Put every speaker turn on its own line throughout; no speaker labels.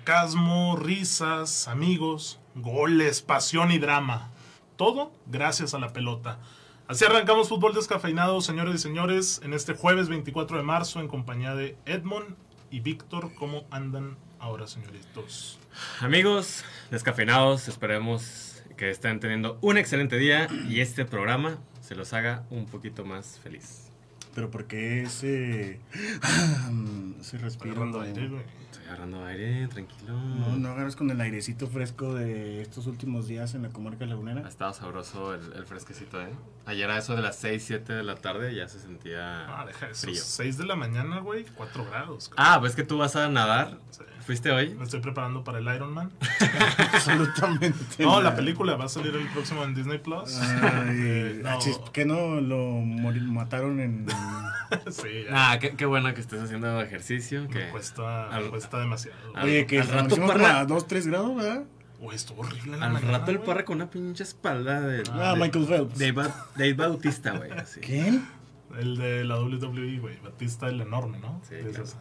Sarcasmo, risas, amigos, goles, pasión y drama. Todo gracias a la pelota. Así arrancamos fútbol descafeinado, señores y señores, en este jueves 24 de marzo en compañía de Edmond y Víctor. ¿Cómo andan ahora, señoritos?
Amigos descafeinados, esperemos que estén teniendo un excelente día y este programa se los haga un poquito más feliz.
Pero porque ese. Se
Estoy
respira.
agarrando aire, güey.
Estoy agarrando aire, tranquilo.
No, no agarras con el airecito fresco de estos últimos días en la comarca
Ha
lagunera.
estado sabroso el, el fresquecito, ¿eh? Ayer a eso de las 6, 7 de la tarde ya se sentía
Ah, deja eso.
frío.
6 de la mañana, güey, 4 grados. cabrón.
Ah, pues que tú vas a nadar.
Sí.
¿Fuiste hoy?
Me estoy preparando para el Iron Man.
Absolutamente.
No,
nada.
la película va a salir el próximo en Disney Plus.
Ah.
Ay,
Eh, no.
ah, chis, ¿Qué no lo mori- mataron en.
Sí, ya.
Ah, qué, qué bueno que estés haciendo ejercicio.
Me
Que...
pues,
cuesta, me
Al-
cuesta demasiado.
al-
Oye, que
al rato
hicimos como
parra-
a 2, 3 grados, ¿verdad?
Uy, estuvo horrible en la
Al
mañana,
rato el
güey.
parra con una pinche espalda de...
Ah,
de-
Michael Phelps.
de Ba- Dave Bautista, güey. así.
¿Quién?
El de la WWE, güey. Batista el enorme, ¿no?
Sí,
De
claro.
esos.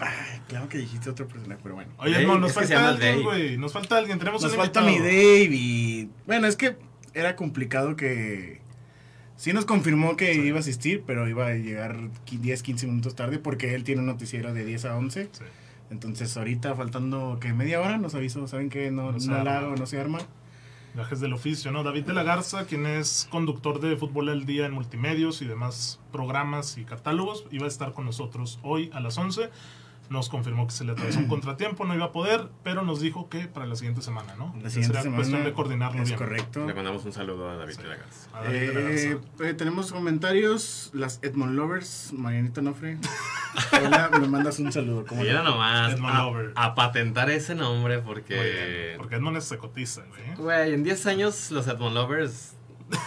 Ay, Ah, claro que dijiste otro personaje, pero bueno.
Oye,
Dave,
no, nos
es que se
falta
llama
alguien,
Dave.
güey. Nos falta alguien. Tenemos
Nos
un
falta mi
invitado.
David. Bueno, es que era complicado que. Sí nos confirmó que
Sí.
iba a asistir, pero iba a llegar qui- 10, 15 minutos tarde porque él tiene un noticiero de 10 a 11.
Sí.
Entonces, ahorita faltando que media hora nos avisó, ¿saben que No,
No
no,
se
la
arma.
hago, no se arma.
Gajes del oficio, ¿no? David de la Garza, quien es conductor de Fútbol al Día en Multimedios y demás programas y catálogos, iba a estar con nosotros hoy a las 11. Nos confirmó que se le atravesó un contratiempo, no iba a poder, pero nos dijo que para la siguiente semana, ¿no?
La
Ya
siguiente
será
semana.
cuestión de coordinarlo
Es
bien.
correcto.
Le mandamos un saludo a David de la Garza.
A David de la Garza.
Eh, eh, tenemos comentarios. Las Edmond Lovers, Marianita Nofre. Hola, me mandas un saludo. ¿cómo
Mira
no?
nomás
Edmond Lover.
a, a patentar ese nombre
Muy bien,
porque...
Porque Edmond se cotiza, güey. ¿eh?
Güey, en 10 años los Edmond Lovers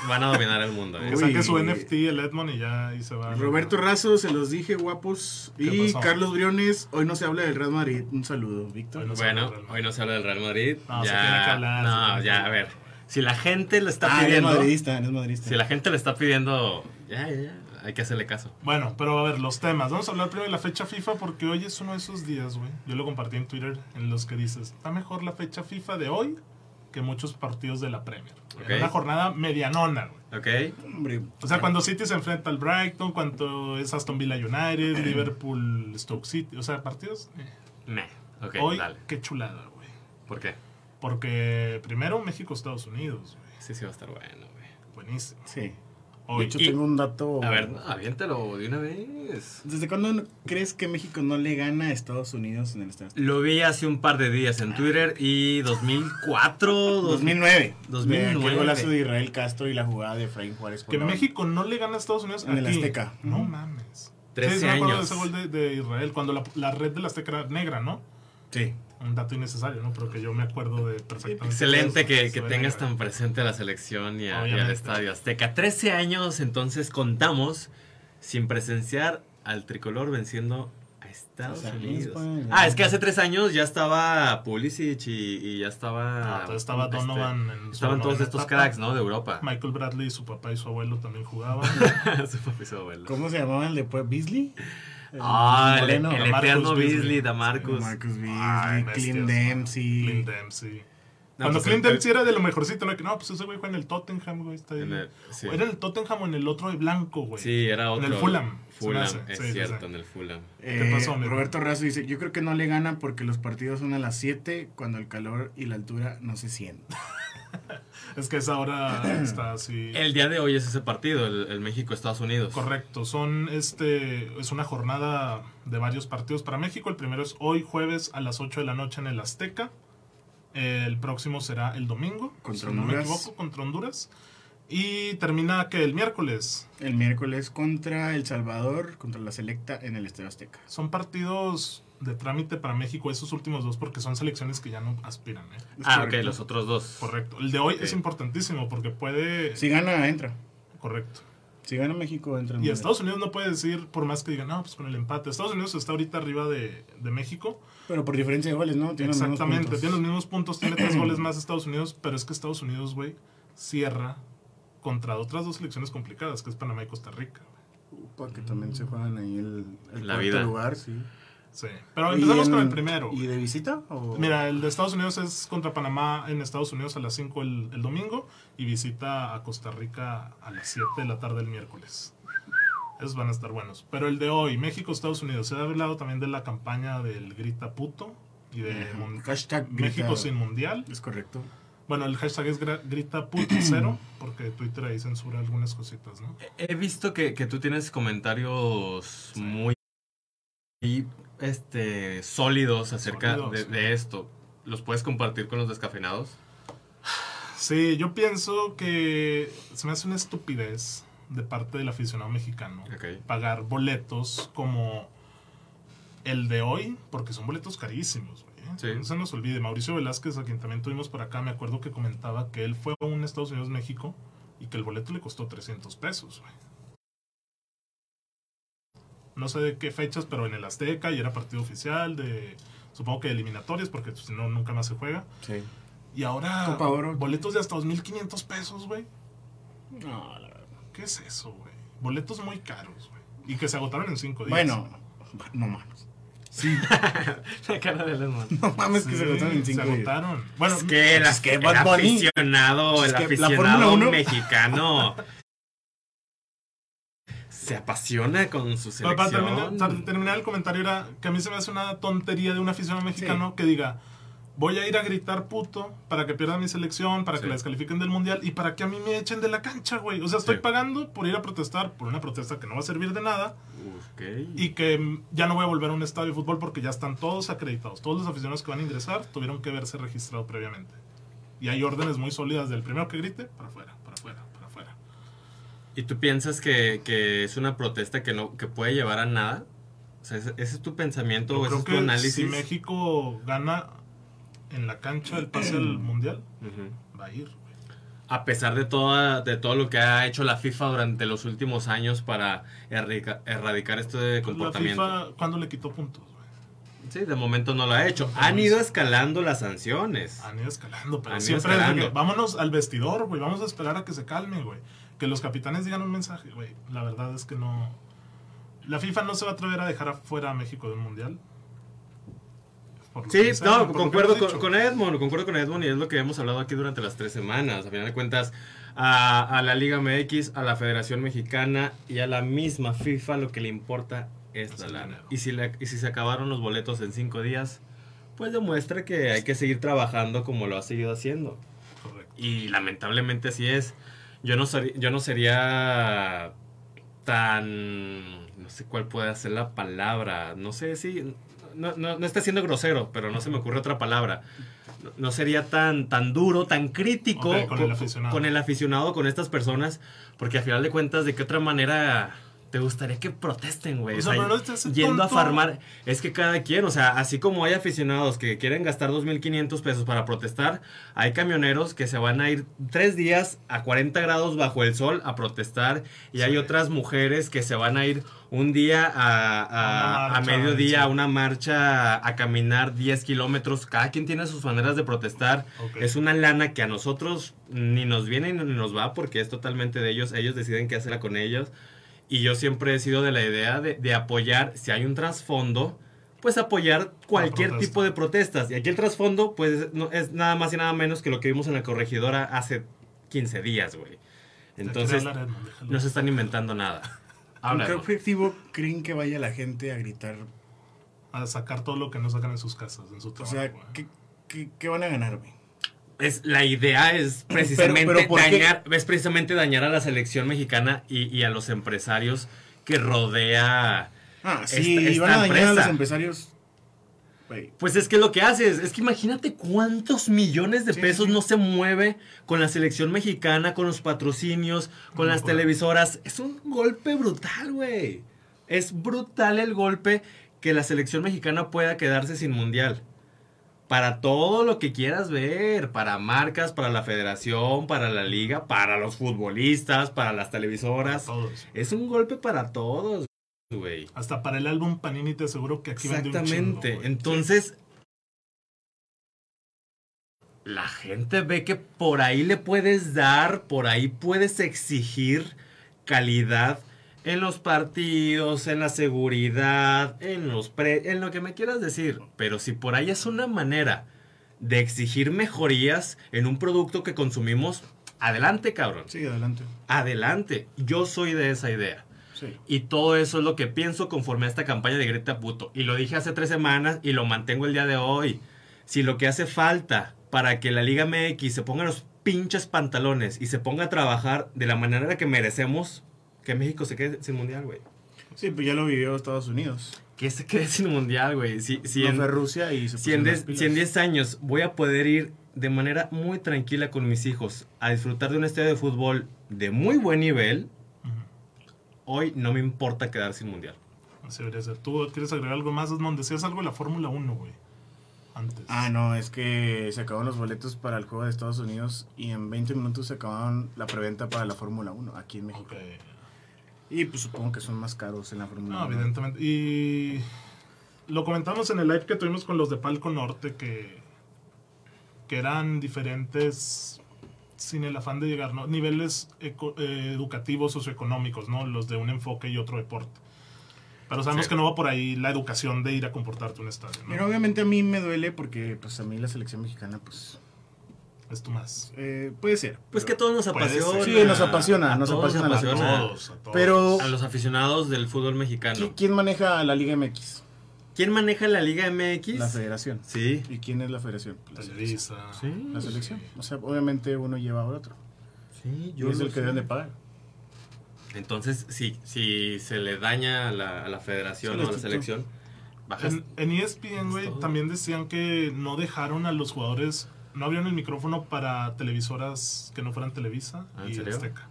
van a dominar el mundo.
Que
¿eh?
Uy.
saque su NFT, el Edmond, y ya ahí se va.
Roberto Razo, se los dije, guapos.
¿Qué
Y
pasó?
Carlos Briones, hoy no se habla del Real Madrid. Un saludo, Víctor.
Bueno,
Bueno, hoy no se habla del Real Madrid.
No, se
ya,
tiene que hablar, se tiene
No,
que
ya, a
hablar.
ver. Si la gente lo está
Ah, eres
pidiendo...
madridista, eres madridista.
Si la gente le está pidiendo... Ya, ya, ya. Hay que hacerle caso.
Bueno, pero a ver, los temas. Vamos a hablar primero de la fecha FIFA porque hoy es uno de esos días, güey. Yo lo compartí en Twitter en los que dices, está mejor la fecha FIFA de hoy que muchos partidos de la Premier.
Ok.
En una jornada medianona, güey.
¿Ok?
Hombre,
O sea, cuando City se enfrenta al Brighton, cuando es Aston Villa United, Liverpool, Stoke City. O sea, partidos. eh.
Meh. Ok,
hoy,
dale.
qué chulada, güey.
¿Por qué?
Porque primero México-Estados Unidos, güey.
Sí, sí va a estar bueno, güey.
Buenísimo.
sí.
Hoy.
de hecho,
y-
tengo un dato.
Oh.
A ver, no, aviéntalo de una vez.
¿Desde cuándo crees que México no le gana a Estados Unidos en el estadio?
Lo vi hace un par de días en Twitter y 2004, 2000.
2009.
2009.
Aquel golazo de Israel Castro y la jugada de Efraín Juárez. por
Que
la banda.
México no le gana a Estados Unidos
En el
aquí.
Azteca.
No
Ujú.
mames.
13
sí, me acuerdo
años.
de ese gol de, de Israel, cuando la, la red de la Azteca era negra, ¿no?
Sí.
Un dato innecesario, ¿no? Pero que yo me acuerdo de perfectamente.
Excelente
Eso,
que,
eso
que
era
tengas
negra.
tan presente a la selección y, a- y al
Obviamente.
Estadio Azteca. 13 años, entonces contamos sin presenciar al tricolor venciendo a Estados
O sea,
Unidos.
España.
pues,
Ah, es que hace 3 años ya estaba Pulisic y, y ya estaba.
Ah, entonces estaba
este,
Donovan. en su
estaban todos
novena
estos
etapa.
cracks, ¿no? De Europa.
Michael Bradley, su papá y su abuelo también jugaban.
Su papi y su abuelo.
¿Cómo se llamaba el de Pue- Beasley? El
Ah, el,
moreno.
el
Damarcus
eterno
Beasley.
Beasley, Damarcus.
Marcus Beasley,
Ay,
Clint
bestias, ¿no?
Dempsey.
Clint Dempsey.
No,
cuando
pues,
Clint
el-
Dempsey era de lo mejorcito, ¿no? Que no, pues ese güey juega en el Tottenham, güey. Está ahí.
en el- sí.
O Era en el Tottenham o en el otro de blanco, güey.
Sí, era
En
otro.
el Fulham, se me
Fulham,
hace.
es
Sí, sí,
cierto,
sí.
en el Fulham.
¿Qué
Eh,
pasó, amigo?
Roberto Razo dice, yo creo que no le gana porque los partidos son a las 7 cuando el calor y la altura no se sienten.
Es que esa hora está así.
El día de hoy es ese partido, el, el México-Estados Unidos.
Correcto, son este es una jornada de varios partidos para México. El primero es hoy jueves a las 8 de la noche en el Azteca. El próximo será el domingo,
Contra
si no me
Honduras.
equivoco, contra Honduras. Y termina que el miércoles.
El miércoles contra El Salvador, contra la selecta en el Estadio Azteca.
Son partidos de trámite para México esos últimos dos porque son selecciones que ya no aspiran. ¿eh?
Es
Ah, ok,
correcto.
los otros dos.
Correcto. El de hoy
Ok.
es importantísimo porque puede...
Si gana, entra.
Correcto.
Si gana México, entra. en
Y
el-
Estados Unidos no puede decir, por más que digan, no, pues con el empate. Estados Unidos está ahorita arriba de, de México.
Pero por diferencia de goles, ¿no? Tiene los mismos
Exactamente,
puntos.
tiene los mismos puntos, tiene tres goles más Estados Unidos, pero es que Estados Unidos, güey, cierra contra otras dos selecciones complicadas, que es Panamá y Costa Rica. güey.
Upa, que también se juegan ahí el, el
La
cuarto
vida.
lugar, sí.
Sí. Pero empezamos
¿Y
con el
en-
primero.
¿Y de visita? o-
Mira, el de Estados Unidos es contra Panamá en Estados Unidos a las 5 el, el domingo y visita a Costa Rica a las 7 de la tarde el miércoles. Esos van a estar buenos. Pero el de hoy, México-Estados Unidos, se ha hablado también de la campaña del grita puto y de mun-
Hashtag
México
grita.
sin mundial.
Es correcto.
Bueno, el hashtag es gra- grita puto cero porque Twitter ahí censura algunas cositas, ¿no?
He visto que, que tú tienes comentarios muy y, este, sólidos acerca
Sólidos,
de,
sí.
de esto. ¿Los puedes compartir con los descafeinados?
Sí, yo pienso que se me hace una estupidez de parte del aficionado mexicano.
Ok.
pagar boletos como el de hoy, porque son boletos carísimos. güey, ¿eh?
Sí.
No se nos olvide. Mauricio Velázquez, a quien también tuvimos por acá, me acuerdo que comentaba que él fue a un Estados Unidos-México y que el boleto le costó 300 pesos. güey. No sé de qué fechas, pero en el Azteca y era partido oficial de, supongo que de eliminatorias, porque pues, si no, nunca más se juega.
Sí.
Y ahora,
Copa Oro.
boletos de hasta 2.500 pesos, güey.
No, la verdad.
¿Qué es eso, güey? Boletos muy caros, güey. Y que se agotaron en cinco días.
Bueno, no mames. Sí,
La cara de Lemon.
no mames que
Sí,
se agotaron en
se
5 días.
agotaron. Bueno,
Es que,
Pues Es
las
que
que el
Bad Bunny- Pues
aficionado,
es
el
que la Fórmula
aficionado
Uno-
mexicano se apasiona con su
para, para terminar, para
selección.
terminar el comentario era que a mí se me hace una tontería de un aficionado mexicano que diga, voy a ir a gritar puto para que pierda mi selección, para que
Sí.
la descalifiquen del mundial y para que a mí me echen de la cancha, güey. O sea, estoy
Sí.
pagando por ir a protestar por una protesta que no va a servir de nada
Ok.
y que mm, ya no voy a volver a un estadio de fútbol porque ya están todos acreditados. Todos los aficionados que van a ingresar tuvieron que verse registrados previamente. Y hay órdenes muy sólidas del primero que grite, para afuera, para afuera, para afuera.
¿Y tú piensas que, que es una protesta que no que puede llevar a nada? O sea, ¿ese, ese es tu pensamiento
Yo
o ese
creo
es tu
que
análisis?
si México gana en la cancha el pase al mundial,
Ujú.
va a ir. güey.
A pesar de, toda, de todo lo que ha hecho la FIFA durante los últimos años para erradica- erradicar este
La
comportamiento.
FIFA, ¿cuándo le quitó puntos? güey?
Sí, de momento no lo ha hecho. Han ido escalando las sanciones.
Han ido escalando, pero
Han ido
siempre es de
escalando.
que, vámonos al vestidor, güey. Vamos a esperar a que se calme, güey. Que los capitanes digan un mensaje, güey. La verdad es que no. La FIFA no se va a atrever a dejar afuera a México del mundial. Por lo
Sí,
que sea, por
no,
lo que
concuerdo
hemos
con,
dicho.
con Edmond, concuerdo con Edmond y es lo que hemos hablado aquí durante las tres semanas. A final de cuentas, a, a la Liga MX, a la Federación Mexicana y a la misma FIFA lo que le importa es
Es
la
el
lana.
dinero.
Y si, la- y si se acabaron los boletos en cinco días, pues demuestra que hay que seguir trabajando como lo ha seguido haciendo.
Correcto.
Y lamentablemente así es. Yo no, ser- yo no sería tan... No sé cuál puede ser la palabra. No sé si... No, no, no está siendo grosero, pero no se me ocurre otra palabra. No, no sería tan, tan duro, tan crítico
Ok, con el
co-
aficionado.
con el aficionado, con estas personas, porque al final de cuentas, ¿de qué otra manera te gustaría que protesten, güey?
O sea,
O sea,
pero este no te hace
yendo a
tonto.
farmar. Es que cada quien, o sea, así como hay aficionados que quieren gastar 2.500 pesos para protestar, hay camioneros que se van a ir tres días a 40 grados bajo el sol a protestar y hay
Sí.
otras mujeres que se van a ir un día a, a-
A una
a
marcha,
mediodía a
sí.
una marcha a, caminar 10 kilómetros. Cada quien tiene sus maneras de protestar.
Ok.
Es una lana que a nosotros ni nos viene ni nos va porque es totalmente de ellos. Ellos deciden qué hacerla con ellos. Y yo siempre he sido de la idea de, de apoyar, si hay un trasfondo, pues apoyar cualquier
protesta.
tipo de protestas. Y aquí el trasfondo, pues no, es nada más y nada menos que lo que vimos en la corregidora hace 15 días, güey.
Te
Entonces,
quiere hablar, Edmond, déjalo.
no se están inventando nada.
¿Con
Habla.
qué
Edmond.
objetivo creen que vaya la gente a gritar?
A sacar todo lo que no sacan en sus casas, en su
O
trabajo.
sea,
güey.
¿qué, qué, qué van a ganar, güey?
Es, la idea es precisamente,
pero ¿por qué?
dañar, es precisamente dañar a la selección mexicana y, y a los empresarios que rodea...
Ah, sí,
Esta- esta
van a dañar a los
empresa.
empresarios. Güey,
Pues es que lo que haces, es que imagínate cuántos millones de
Sí,
pesos
sí.
no se mueve con la selección mexicana, con los patrocinios, con
No,
las
güey.
televisoras. Es un golpe brutal, güey. Es brutal el golpe que la selección mexicana pueda quedarse sin mundial. Para todo lo que quieras ver, para marcas, para la federación, para la liga, para los futbolistas, para las televisoras.
Todos.
Es un golpe para todos, güey.
Hasta para el álbum Panini te aseguro que aquí vende un chingo,
Exactamente.
güey.
Entonces, la gente ve que por ahí le puedes dar, por ahí puedes exigir calidad En los partidos, en la seguridad, en los pre- en lo que me quieras decir. Pero si por ahí es una manera de exigir mejorías en un producto que consumimos, adelante, cabrón.
Sí, adelante.
Adelante. Yo soy de esa idea.
Sí.
Y todo eso es lo que pienso conforme a esta campaña de Greta Puto. Y lo dije hace tres semanas y lo mantengo el día de hoy. Si lo que hace falta para que la Liga MX se ponga los pinches pantalones y se ponga a trabajar de la manera en la que merecemos, que México se quede sin mundial, güey.
Sí, pues ya lo vivió Estados Unidos.
Que se quede sin mundial, güey. Si, si
No
en-
fue Rusia y se
si pues, en
pusieron
10
las pilas.
si en 10 años voy a poder ir de manera muy tranquila con mis hijos a disfrutar de un estadio de fútbol de muy buen nivel, hoy no me importa quedar sin mundial.
Así debería ser. ¿Tú quieres agregar algo más, Desmond? Decías algo de la Fórmula 1, güey. Antes.
Ah, no, es que se acabaron los boletos para el juego de Estados Unidos y en 20 minutos se acabaron la preventa para la Fórmula 1 aquí en México.
Ok.
Y pues supongo que son más caros en la Fórmula
No,
1.
evidentemente. Y lo comentamos en el live que tuvimos con los de Palco Norte, que, que eran diferentes, sin el afán de llegar, ¿no? niveles eco- eh, educativos, socioeconómicos, ¿no? los de un enfoque y otro deporte. Pero sabemos
Sí.
que no va por ahí la educación de ir a comportarte en un estadio. ¿no?
Pero obviamente a mí me duele porque pues a mí la selección mexicana pues
es tu más.
eh, puede ser.
Pues que a
pero-
todos nos
Puede ser.
apasiona.
Sí, nos
apasiona,
A
nos
todos
apasiona la-
A todos, a todos.
Pero
A los aficionados del fútbol mexicano.
¿qui- ¿quién maneja la Liga MX?
¿Quién maneja la Liga MX?
La Federación.
Sí.
¿Y quién es la Federación? La selección.
Televisa.
Sí.
La selección. O sea, obviamente uno lleva al otro.
Sí,
Yo es
lo
el que
sé.
deben de pagar.
Entonces, si, si se le daña a la, a la federación
Sí,
o a la
les quitó.
selección, bajas.
En, en E ESPN, güey,
todo.
también decían que no dejaron a los jugadores, no abrieron el micrófono para televisoras que no fueran Televisa
Ah, ¿en
y
serio?
Azteca,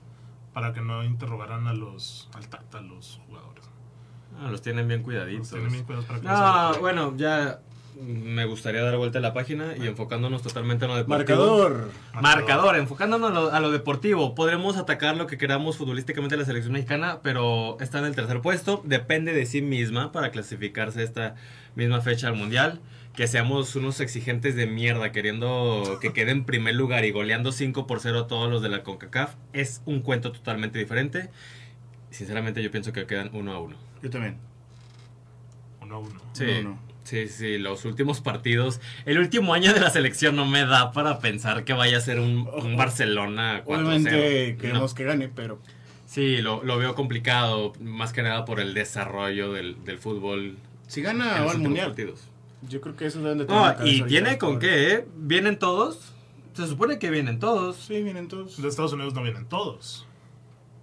para que no interrogaran a los, al Tata, a los jugadores.
Ah, los tienen bien
Los
cuidaditos.
tienen bien cuidados para que no se
Ah,
vayan.
bueno, ya me gustaría dar vuelta a la página y enfocándonos totalmente a lo deportivo.
Marcador.
Ah,
Marcador, enfocándonos a lo, a lo deportivo. Podremos atacar lo que queramos futbolísticamente la selección mexicana, pero está en el tercer puesto. Depende de sí misma para clasificarse esta misma fecha al Mundial. Que seamos unos exigentes de mierda queriendo que quede en primer lugar y goleando 5 por 0 a todos los de la CONCACAF. Es un cuento totalmente diferente. Sinceramente yo pienso que quedan uno a uno.
Yo también.
Uno a uno.
Sí,
No, no.
sí, sí, los últimos partidos. El último año de la selección no me da para pensar que vaya a ser un, un Barcelona 4-0.
Obviamente queremos
No.
que gane, pero
Sí, lo, lo veo complicado, más que nada por el desarrollo del, del fútbol.
si
en
gana
los
va al
últimos
mundial.
partidos.
Yo creo que eso deben de tener. en
No,
la cabeza
y
ahorita,
tiene con
ahora.
qué, ¿eh? ¿Vienen todos? Se supone que vienen todos.
Sí, vienen todos.
De Estados Unidos no vienen todos.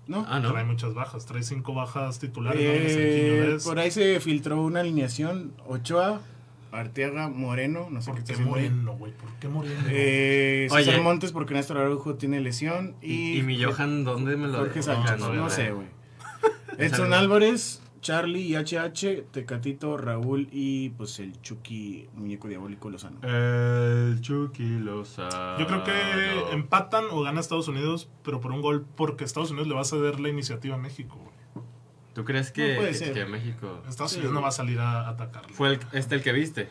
¿No?
Ah, no.
Trae muchas bajas. Trae cinco bajas titulares. no viene Serginho
Eh,
Dest,
por ahí se filtró una alineación: Ochoa, Arteaga, Moreno, no sé
¿Por
qué
qué
está haciendo ahí.
Moreno, güey? ¿Por qué Moreno?
Eh, César
Oye.
Montes, porque Néstor Araujo tiene lesión. Y,
Y, y mi Johan, ¿dónde me lo
Jorge
dejó?
Sánchez,
No,
no,
no, no.
sé, güey. Edson
Salud.
Álvarez, Charlie y HH, Tecatito, Raúl y pues el Chucky, muñeco diabólico Lozano.
Eh,
El Chucky Lozano.
Yo creo que empatan o gana Estados Unidos, pero por un gol, porque Estados Unidos le va a ceder la iniciativa a México, güey.
¿Tú crees que,
No puede
que-
ser.
que México
Estados
Sí.
Unidos no va a salir a atacarlo.
fue el, este el que viste?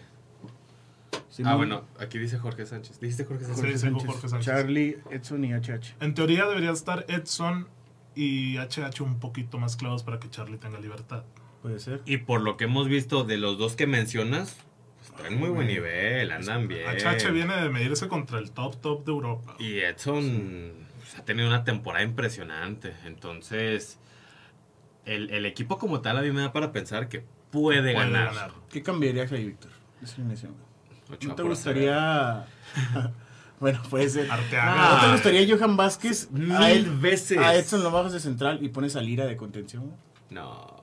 Simón,
Ah, bueno, aquí dice Jorge Sánchez. ¿Dijiste Jorge Sánchez?
Sí.
Jorge
dijo
Sánchez,
Jorge Sánchez.
Charlie, Edson y HH.
En teoría debería estar Edson y HH un poquito más clavos para que Charlie tenga libertad.
Puede ser.
Y por lo que hemos visto de los dos que mencionas, pues traen muy buen nivel,
Pues,
andan bien.
HH viene de medirse contra el top top de Europa.
Y Edson pues, ha tenido una temporada impresionante. Entonces, el, el equipo como tal a mí me da para pensar que puede,
Puede
ganar.
ganar.
¿Qué cambiarías ahí, Víctor? Esa alineación.
Ochoa
¿No te
por
gustaría.? bueno, puede ser.
Arteaga.
¿No
Ah.
te gustaría Johan Vázquez? A
Mil
Ed-
veces.
A Edson lo bajas de central y pones a Lira de contención.
No,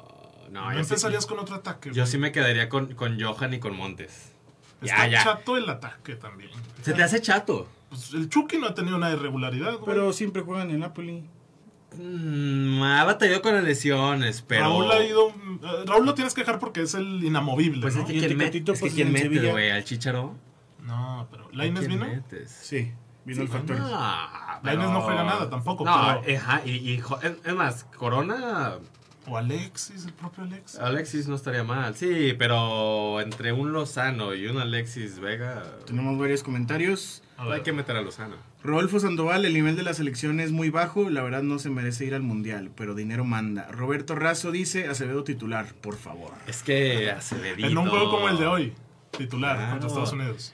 no,
No,
yo, sí,
empezarías con otro ataque.
yo
güey.
sí me quedaría con, con Johan y con Montes.
Está
Ya, ya.
chato el ataque también.
Se te hace chato.
Pues el Chucky no ha tenido una irregularidad, güey.
Pero siempre juegan en Napoli.
Mm, ha batallado con las lesiones, pero.
Raúl ha ido. eh, Raúl lo tienes que dejar porque es el inamovible.
Pues
¿no?
es que
Y el
quien, me-
Tecatito,
es que
pues,
quien
en
mete,
Sevilla.
güey, al chicharo.
No, pero. ¿Laines vino?
Sí, vino el factor.
No,
Lainez no juega nada tampoco,
No,
pero-
ajá, y, y jo- es es más, Corona
O Alexis, el propio Alexis.
Ah,
Alexis no estaría mal, sí, pero entre un Lozano y un Alexis Vega,
Tenemos varios comentarios.
A ver.
hay que meter a Lozano.
Rodolfo Sandoval, el nivel de la selección es muy bajo, la verdad no se merece ir al mundial, pero dinero manda. Roberto Razo dice, Acevedo titular, por favor.
Es que Acevedito...
En un juego como el de hoy, titular
Ah,
Claro.
contra Estados Unidos.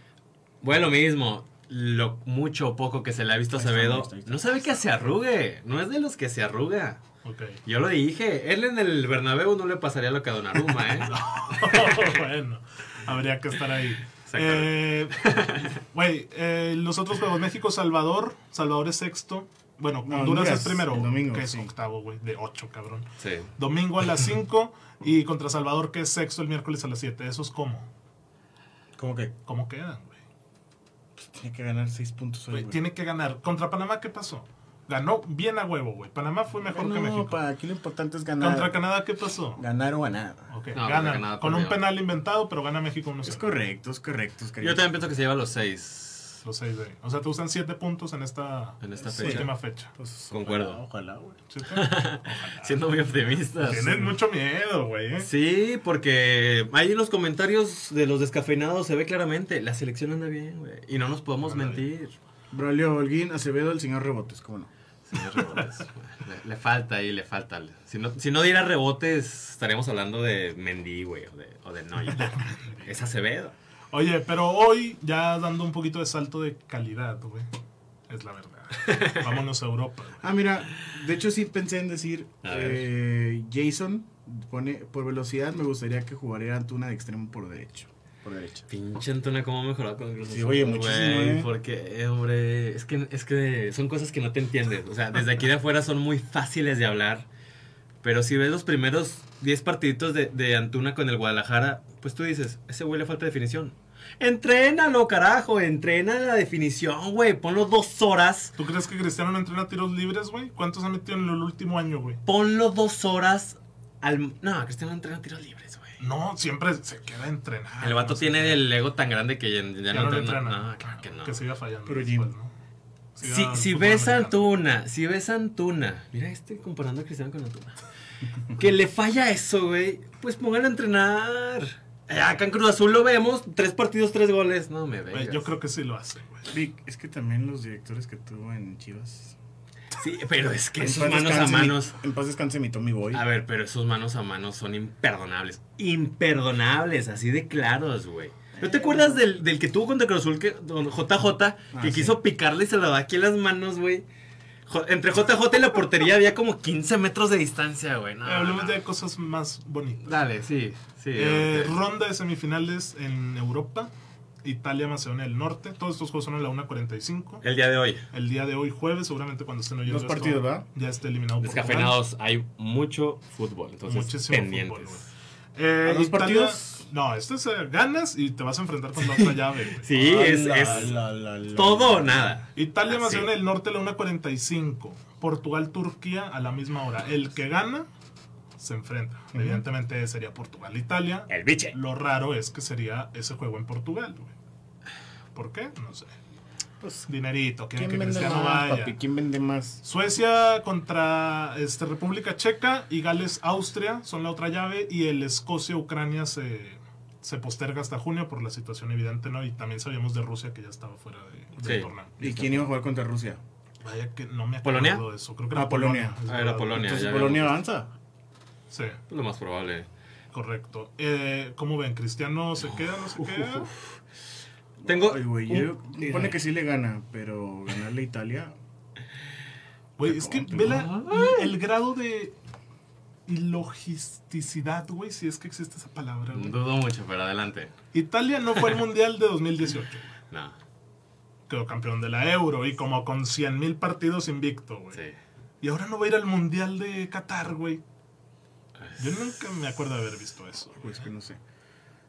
Bueno, mismo. Lo mucho o poco que se le ha visto a
Ahí está, ahí
Acevedo.
está, ahí está.
No sabe que se arrugue. No es de los que se arruga.
Ok.
Yo lo dije. Él en el Bernabéu no le pasaría lo que a Donnarumma, ¿eh?
bueno, habría que estar ahí.
Exactamente.
Eh, Güey, eh, los otros juegos, México-Salvador, Salvador es sexto. Bueno,
No,
Honduras,
Honduras,
es primero,
el domingo,
que es
sí.
octavo, güey, de ocho, cabrón.
Sí.
Domingo a las 5 y contra Salvador, que es sexto, el miércoles a las 7. ¿Eso es cómo?
¿Cómo que?
¿Cómo quedan, güey?
Tiene que ganar seis puntos hoy,
Güey,
güey.
Pues, Tiene que ganar. ¿Contra Panamá qué pasó? Ganó bien a huevo, güey. Panamá fue mejor que
No,
México.
pa, aquí lo importante es ganar.
¿Contra Canadá qué pasó?
Ganar o ganar.
Ok,
No,
gana.
porque Canadá
Con un
perdió.
penal inventado, pero gana México unos
Es correcto, es correcto. Es
Yo también pienso que se lleva los seis
Los seis de ahí. O sea, te usan siete puntos en esta
en esta
Sí.
fecha.
última fecha.
Concuerdo.
Pues, Ojalá, güey.
¿Sí está?
Siendo muy optimistas.
Tienen mucho miedo, güey. ¿eh?
Sí, porque ahí en los comentarios de los descafeinados se ve claramente. La selección anda bien, güey. Y no nos podemos
Anda
mentir.
Braulio Holguín, Acevedo, el señor Rebotes, ¿cómo no?
Señor Rebotes, güey. le, le falta ahí, le falta. Si no, si no diera rebotes, estaríamos hablando de Mendy, güey, o de, o de Neuer. Es Acevedo.
Oye, pero hoy ya dando un poquito de salto de calidad, güey. Es la verdad. Vámonos a Europa. güey.
Ah, mira, de hecho sí pensé en decir
A ver.
eh, Jason pone por velocidad me gustaría que jugara Antuna de extremo por derecho. Por derecha.
Pinche Antuna, cómo ha mejorado con el Cruz
Sí,
Azul,
oye, muchísimo,
güey,
eh.
Porque, eh, hombre, es que, es que son cosas que no te entiendes. O sea, desde aquí de afuera son muy fáciles de hablar. Pero si ves los primeros 10 partiditos de, de Antuna con el Guadalajara, pues tú dices, ese güey le falta definición. Entrénalo, carajo, entrena la definición, güey. Ponlo dos horas
¿Tú crees que Cristiano no entrena tiros libres, güey? ¿Cuántos ha metido en el último año, güey?
ponlo dos horas al... No, Cristiano entrena tiros libres, güey.
No, siempre se queda entrenado.
El
Ah,
vato
No sé.
tiene el ego tan grande que ya, ya
Ya
no,
no le
entrena.
entrena.
No, claro que no.
Que siga fallando.
Pero
después,
Jim.
¿no? Siga
Si,
al
si
fútbol
ves a
americano.
Antuna, si ves a Antuna, mira este comparando a Cristiano con Antuna, que le falla eso, güey, pues pónganlo a entrenar. Eh, Acá en Cruz Azul lo vemos, tres partidos, tres goles, no me
Güey,
vengas.
Pues, yo creo que sí lo hace, güey.
Vic, es que también los directores que tuvo en Chivas.
Sí, pero es que
Pues,
En
esos
paz
manos a
descanse mi-
manos,
en paz descanse mi Tommy Boy.
a ver, pero esos manos a manos son imperdonables, imperdonables, así de claros, güey. ¿No te acuerdas del, del que tuvo contra Cruz Azul, que, don JJ, que
Ah,
sí.
quiso picarle y se lo da aquí en las manos, güey? Jo- Entre JJ y la portería había como 15 metros de distancia, güey. No,
Eh, hablemos
no.
de cosas más bonitas.
Dale, sí, sí.
Eh,
obviamente.
ronda de semifinales en Europa. Italia, Macedonia del Norte. Todos estos juegos son a la 1.45.
el día de hoy.
El día de hoy, jueves, seguramente cuando estén oyendo
Dos
esto,
partidos, ¿verdad?
Ya esté eliminado por
Descafeinados, hay mucho fútbol, entonces
Muchísimo
pendientes.
fútbol, Eh,
¿A dos
Italia-
partidos?
No, este es eh, ganas y te vas a enfrentar con la otra llave. güey.
sí,
Ah,
es,
la,
es
la, la, la.
todo o nada.
Italia,
Ah,
Macedonia
sí.
del Norte, la 1.45. Portugal, Turquía a la misma hora. El que gana se enfrenta.
Ujú.
Evidentemente sería Portugal, Italia.
El biche.
Lo raro es que sería ese juego en Portugal, güey. ¿Por qué? No sé.
Pues,
Dinerito, quieren
¿Quién
que
vende
Cristiano
más,
vaya.
papi? ¿Quién vende más?
Suecia contra este, República Checa y Gales Austria son la otra llave y el Escocia Ucrania se, se posterga hasta junio por la situación evidente no y también sabíamos de Rusia que ya estaba fuera de, del
Sí.
torneo.
¿Y quién iba a jugar contra Rusia?
Vaya que no me acuerdo
¿Polonia?
de eso. Creo que era
Ah, Polonia.
es
Ah, era
verdad.
Polonia.
Entonces
ya
Polonia
habíamos
avanza.
Sí,
visto. Lo más probable.
correcto. Eh, ¿Cómo ven? ¿Cristiano se queda? ¿No se queda?
Tengo.
Ay, güey, yo-
un-
pone que sí le gana, pero ganarle a Italia.
Güey, es que
Te
ve la-
compro.
el grado de logisticidad, güey, si es que existe esa palabra. güey.
Dudo mucho, pero adelante.
Italia no fue al Mundial de 2018.
No,
quedó campeón de la Euro y como con 100 mil partidos invicto, güey.
sí.
Y ahora no va a ir al Mundial de Qatar, güey. Yo nunca me acuerdo de haber visto eso. güey.
Pues que no sé.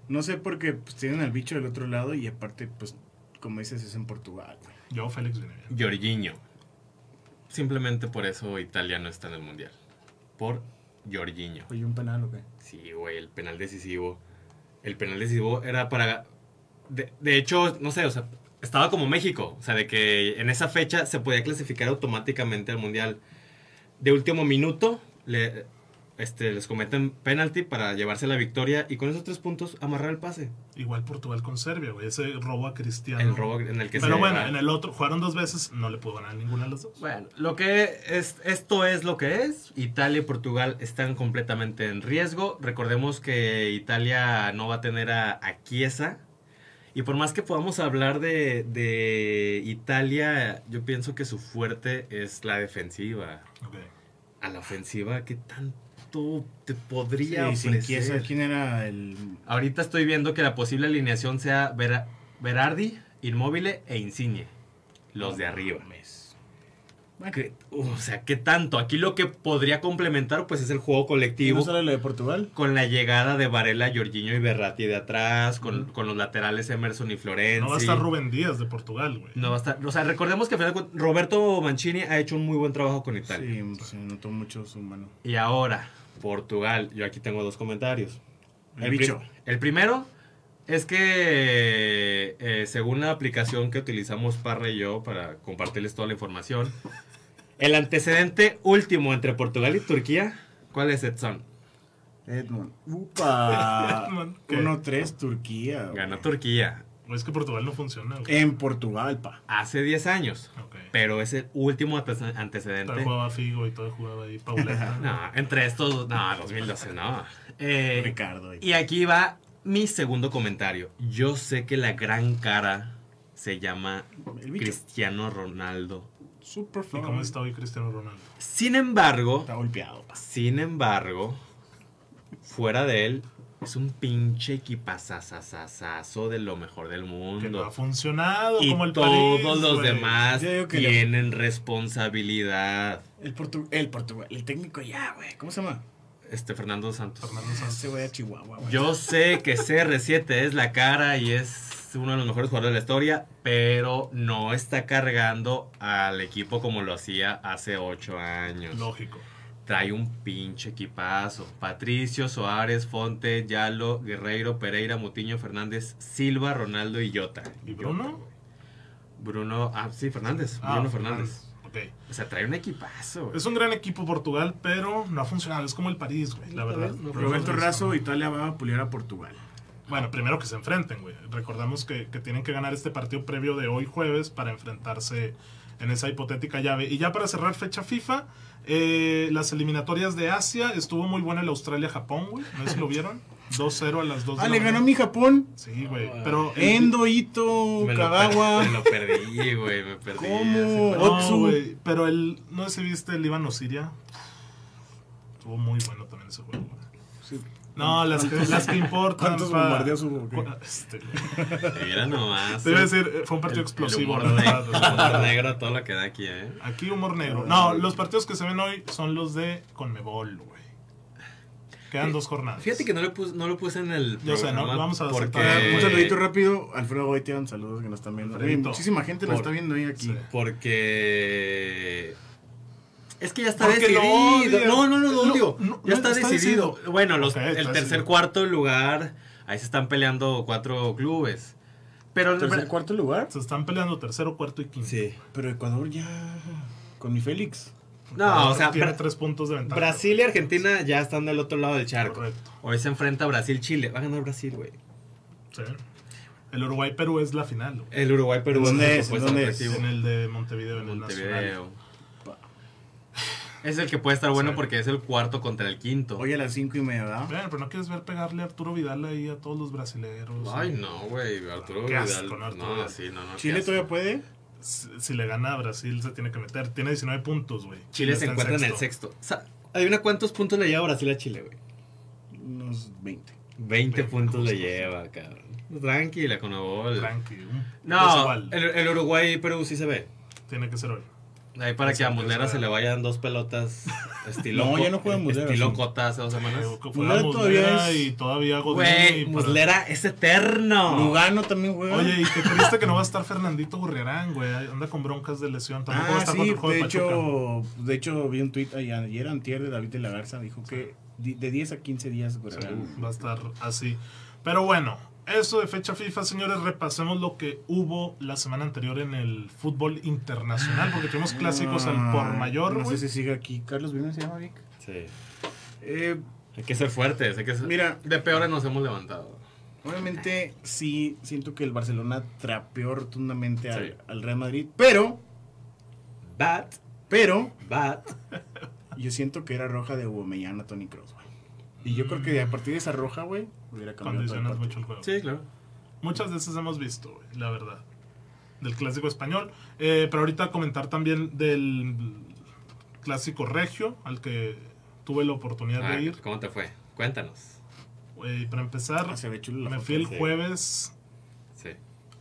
No sé porque pues, tienen al bicho del otro lado y aparte, pues, como dices, es en Portugal. güey.
Yo, Félix Vinevian.
Jorginho. Simplemente por eso Italia no está en el mundial. Por Jorginho.
Oye, un penal o qué.
Sí, güey, el penal decisivo. El penal decisivo era para... De, de hecho, no sé, o sea, estaba como México. O sea, de que en esa fecha se podía clasificar automáticamente al Mundial. De último minuto, le, este, les cometen penalti para llevarse la victoria y con esos tres puntos amarrar el pase.
Igual Portugal con Serbia, güey. Ese robo a Cristiano.
El robo en el que
Pero
se
bueno,
va.
en el otro jugaron dos veces, no le pudo ganar ninguna de las dos.
Bueno, lo que es, esto es lo que es. Italia y Portugal están completamente en riesgo. Recordemos que Italia no va a tener a, a Chiesa. Y por más que podamos hablar de, de Italia, yo pienso que su fuerte es la defensiva.
Ok.
A la ofensiva, ¿qué tanto te
Sí,
podría
sin
ofrecer?
Chiesa, ¿quién era el...?
Ahorita estoy viendo que la posible alineación sea Vera- Berardi, Inmóvil e Insigne. Los de arriba.
Mes.
Que- o sea, ¿qué tanto? Aquí lo que podría complementar pues es el juego colectivo.
¿No sale la de Portugal?
Con la llegada de Varela, Jorginho y Berratti de atrás, con, con los laterales Emerson y Florenzi.
No va a estar Rubén Díaz de Portugal, güey.
No va a estar- O sea, recordemos que al final de cuentas, Roberto Mancini ha hecho un muy buen trabajo con Italia.
Sí, pues, se notó mucho su mano.
Y ahora, Portugal. Yo aquí tengo dos comentarios.
El,
pri-
bicho.
el primero es que, eh, según la aplicación que utilizamos Parra y yo para compartirles toda la información, el antecedente último entre Portugal y Turquía, ¿cuál es Edson?
Edmond. ¡Upa!
Edmond, ¿qué?
1-3 Turquía. güey.
Ganó Turquía
Güey, Es que Portugal no funciona, güey.
Eh,
En Portugal, pa.
hace 10 años,
Ok.
pero es el último ante-
Todavía
antecedente.
jugaba Figo y todo jugaba ahí Pauleta.
No, entre estos, dos- no, 2012, no. Eh,
Ricardo. ahí.
Y aquí va mi segundo comentario. Yo sé que la gran cara se llama
El bicho.
Cristiano Ronaldo.
Super
¿Y cómo está hoy Cristiano Ronaldo?
Sin embargo,
Está golpeado, pa.
sin embargo, fuera de él, es un pinche equipazazazazazo de lo mejor del
Que no ha
mundo.
funcionado
Y
como el
todos
París,
los
güey.
demás
Yo digo que le-
tienen responsabilidad.
El, Portu- el Portugal. El técnico ya, güey. ¿Cómo se llama?
Este Fernando Santos.
Fernando Santos.
Ese güey de Chihuahua, güey.
Yo sé que CR7 es la cara y es uno de los mejores jugadores de la historia, pero no está cargando al equipo como lo hacía hace ocho años.
Lógico.
Trae un pinche equipazo. Patricio, Soares, Fonte, Yalo, Guerreiro, Pereira, Mutiño, Fernández, Silva, Ronaldo y Jota.
¿Y Bruno?
Bruno, ah, sí, Fernández.
Ah,
Bruno Fernández.
Ok.
O sea, trae un equipazo. güey.
Es un gran equipo Portugal, pero no ha funcionado. Es como el París, güey, la verdad.
No,
Roberto Razo, Italia va a pulir a Portugal.
Bueno, primero que se enfrenten, güey. Recordamos que, que tienen que ganar este partido previo de hoy jueves para enfrentarse en esa hipotética llave. Y ya para cerrar fecha FIFA, eh, las eliminatorias de Asia, estuvo muy buena el Australia-Japón, güey. No sé si lo vieron. 2-0 a las 2 de
Ah,
la
le
mañana.
ganó mi Japón.
Sí, güey. Pero
Endo, Ito,
Me lo per-
Kagawa.
Me lo perdí, güey. Me perdí.
¿Cómo?
Así-
No,
Otsu.
güey, pero el. No sé si viste el Líbano-Siria. Estuvo muy bueno también ese juego, güey.
Sí.
No, las que, las que importan.
¿Cuántos
pa-
bombardeos hubo, o qué?
Cu- este, güey.
Mira nomás.
Te iba a decir, eh, fue un
El-
partido
el
explosivo.
humor
la
negro,
verdad.
el humor negro, todo lo que da aquí, ¿eh?
Aquí humor negro. No, los partidos que se ven hoy son los de Conmebol, güey. Quedan dos jornadas.
Eh, Fíjate que no lo puse, no lo puse en el.
Yo sé,
programa
no, vamos a
porque,
aceptar.
Un saludito rápido. Alfredo Goitian, saludos que nos están viendo. Oye,
Alfredito.
muchísima gente nos
Por-
está viendo ahí aquí.
Sí.
Porque. Es que ya está
Porque lo
decidido.
odias.
No, no, no lo
No,
odio.
no,
ya
no,
está,
está
decidido.
decidido.
Bueno, los-
Ok,
el
está
tercer,
decidido.
cuarto lugar. Ahí se están peleando cuatro clubes. Pero.
Tercer, cuarto lugar.
Se están peleando tercero, cuarto y quinto.
Sí.
Pero Ecuador ya. Con mi Félix.
No, o sea,
tiene
Bra-
tres puntos de ventaja.
Brasil y Argentina ya están del otro lado del charco.
Correcto.
Hoy se enfrenta Brasil-Chile. Va a ganar Brasil, güey.
Sí. El Uruguay-Perú es la final, güey.
El Uruguay-Perú.
¿Dónde
por
es?
supuesto,
¿Dónde es?
atractivo.
En el de Montevideo, en el Nacional.
Montevideo. Es el que puede estar bueno porque es el cuarto contra el quinto.
Hoy a las cinco y media, ¿verdad?
Bueno, pero no quieres ver pegarle a Arturo Vidal ahí a todos los brasileños.
Ay, no, güey. Arturo
Qué
Vidal.
asco, ¿no, Arturo
no,
Vidal?
sí, no, no. qué
Chile
asco.
todavía puede.
Si, si le gana a Brasil, se tiene que meter. Tiene 19 puntos, güey.
Chile se
está
encuentra en el sexto. O sea, adivina cuántos puntos le lleva Brasil a Chile, güey.
Unos 20.
20 puntos le
justo.
lleva, cabrón. Tranquila, con
Tranqui. un- es
No,
Pues igual.
el, el Uruguay Perú sí se ve.
Tiene que ser hoy.
Ahí para que a
Exacto,
Muslera
es
se le
verdad.
vayan dos pelotas estilo.
No,
co-
ya no juega Muslera,
Estilo
sí.
Cota hace dos semanas.
Creo que fuera
Muslera
Muslera
todavía es-
y todavía Godín. y
Güey,
para-
Muslera es eterno.
Lugano también juega.
Oye, y qué triste que no va a estar Fernandito Gurriarán, güey. Anda con broncas de lesión. Tampoco va a
ah,
estar
sí,
contra el juego
de
de Pachuca.
hecho, de hecho vi un tuit ayer, ayer antier de David de la Garza, dijo que di- de 10 a 15 días
Sí,
Gorriarán.
va a estar así. Pero bueno, eso de fecha FIFA, señores, repasemos lo que hubo la semana anterior en el fútbol internacional, porque tuvimos clásicos al por mayor,
Ah, No
güey.
sé si sigue aquí. Carlos Vives se llama Vic.
Sí.
Eh,
Hay que ser fuertes, hay que ser...
Mira.
de peores nos hemos levantado.
obviamente, sí, siento que el Barcelona trapeó rotundamente al,
Sí.
al Real Madrid, pero,
Bat,
pero,
bat.
yo siento que era roja de Aubameyang a Tony Cross, güey. Y yo creo que a partir de esa roja, güey, hubiera cambiado todo el
Condicionas
partido.
mucho el juego.
Sí, claro.
Muchas de esas hemos visto, güey, la verdad. Del clásico español. Eh, pero ahorita comentar también del clásico regio, al que tuve la oportunidad
Ah,
de ir.
¿Cómo te fue? Cuéntanos.
Güey, para empezar,
Ah, se ve chulo la
me
foto.
fui el
sí.
jueves
Sí.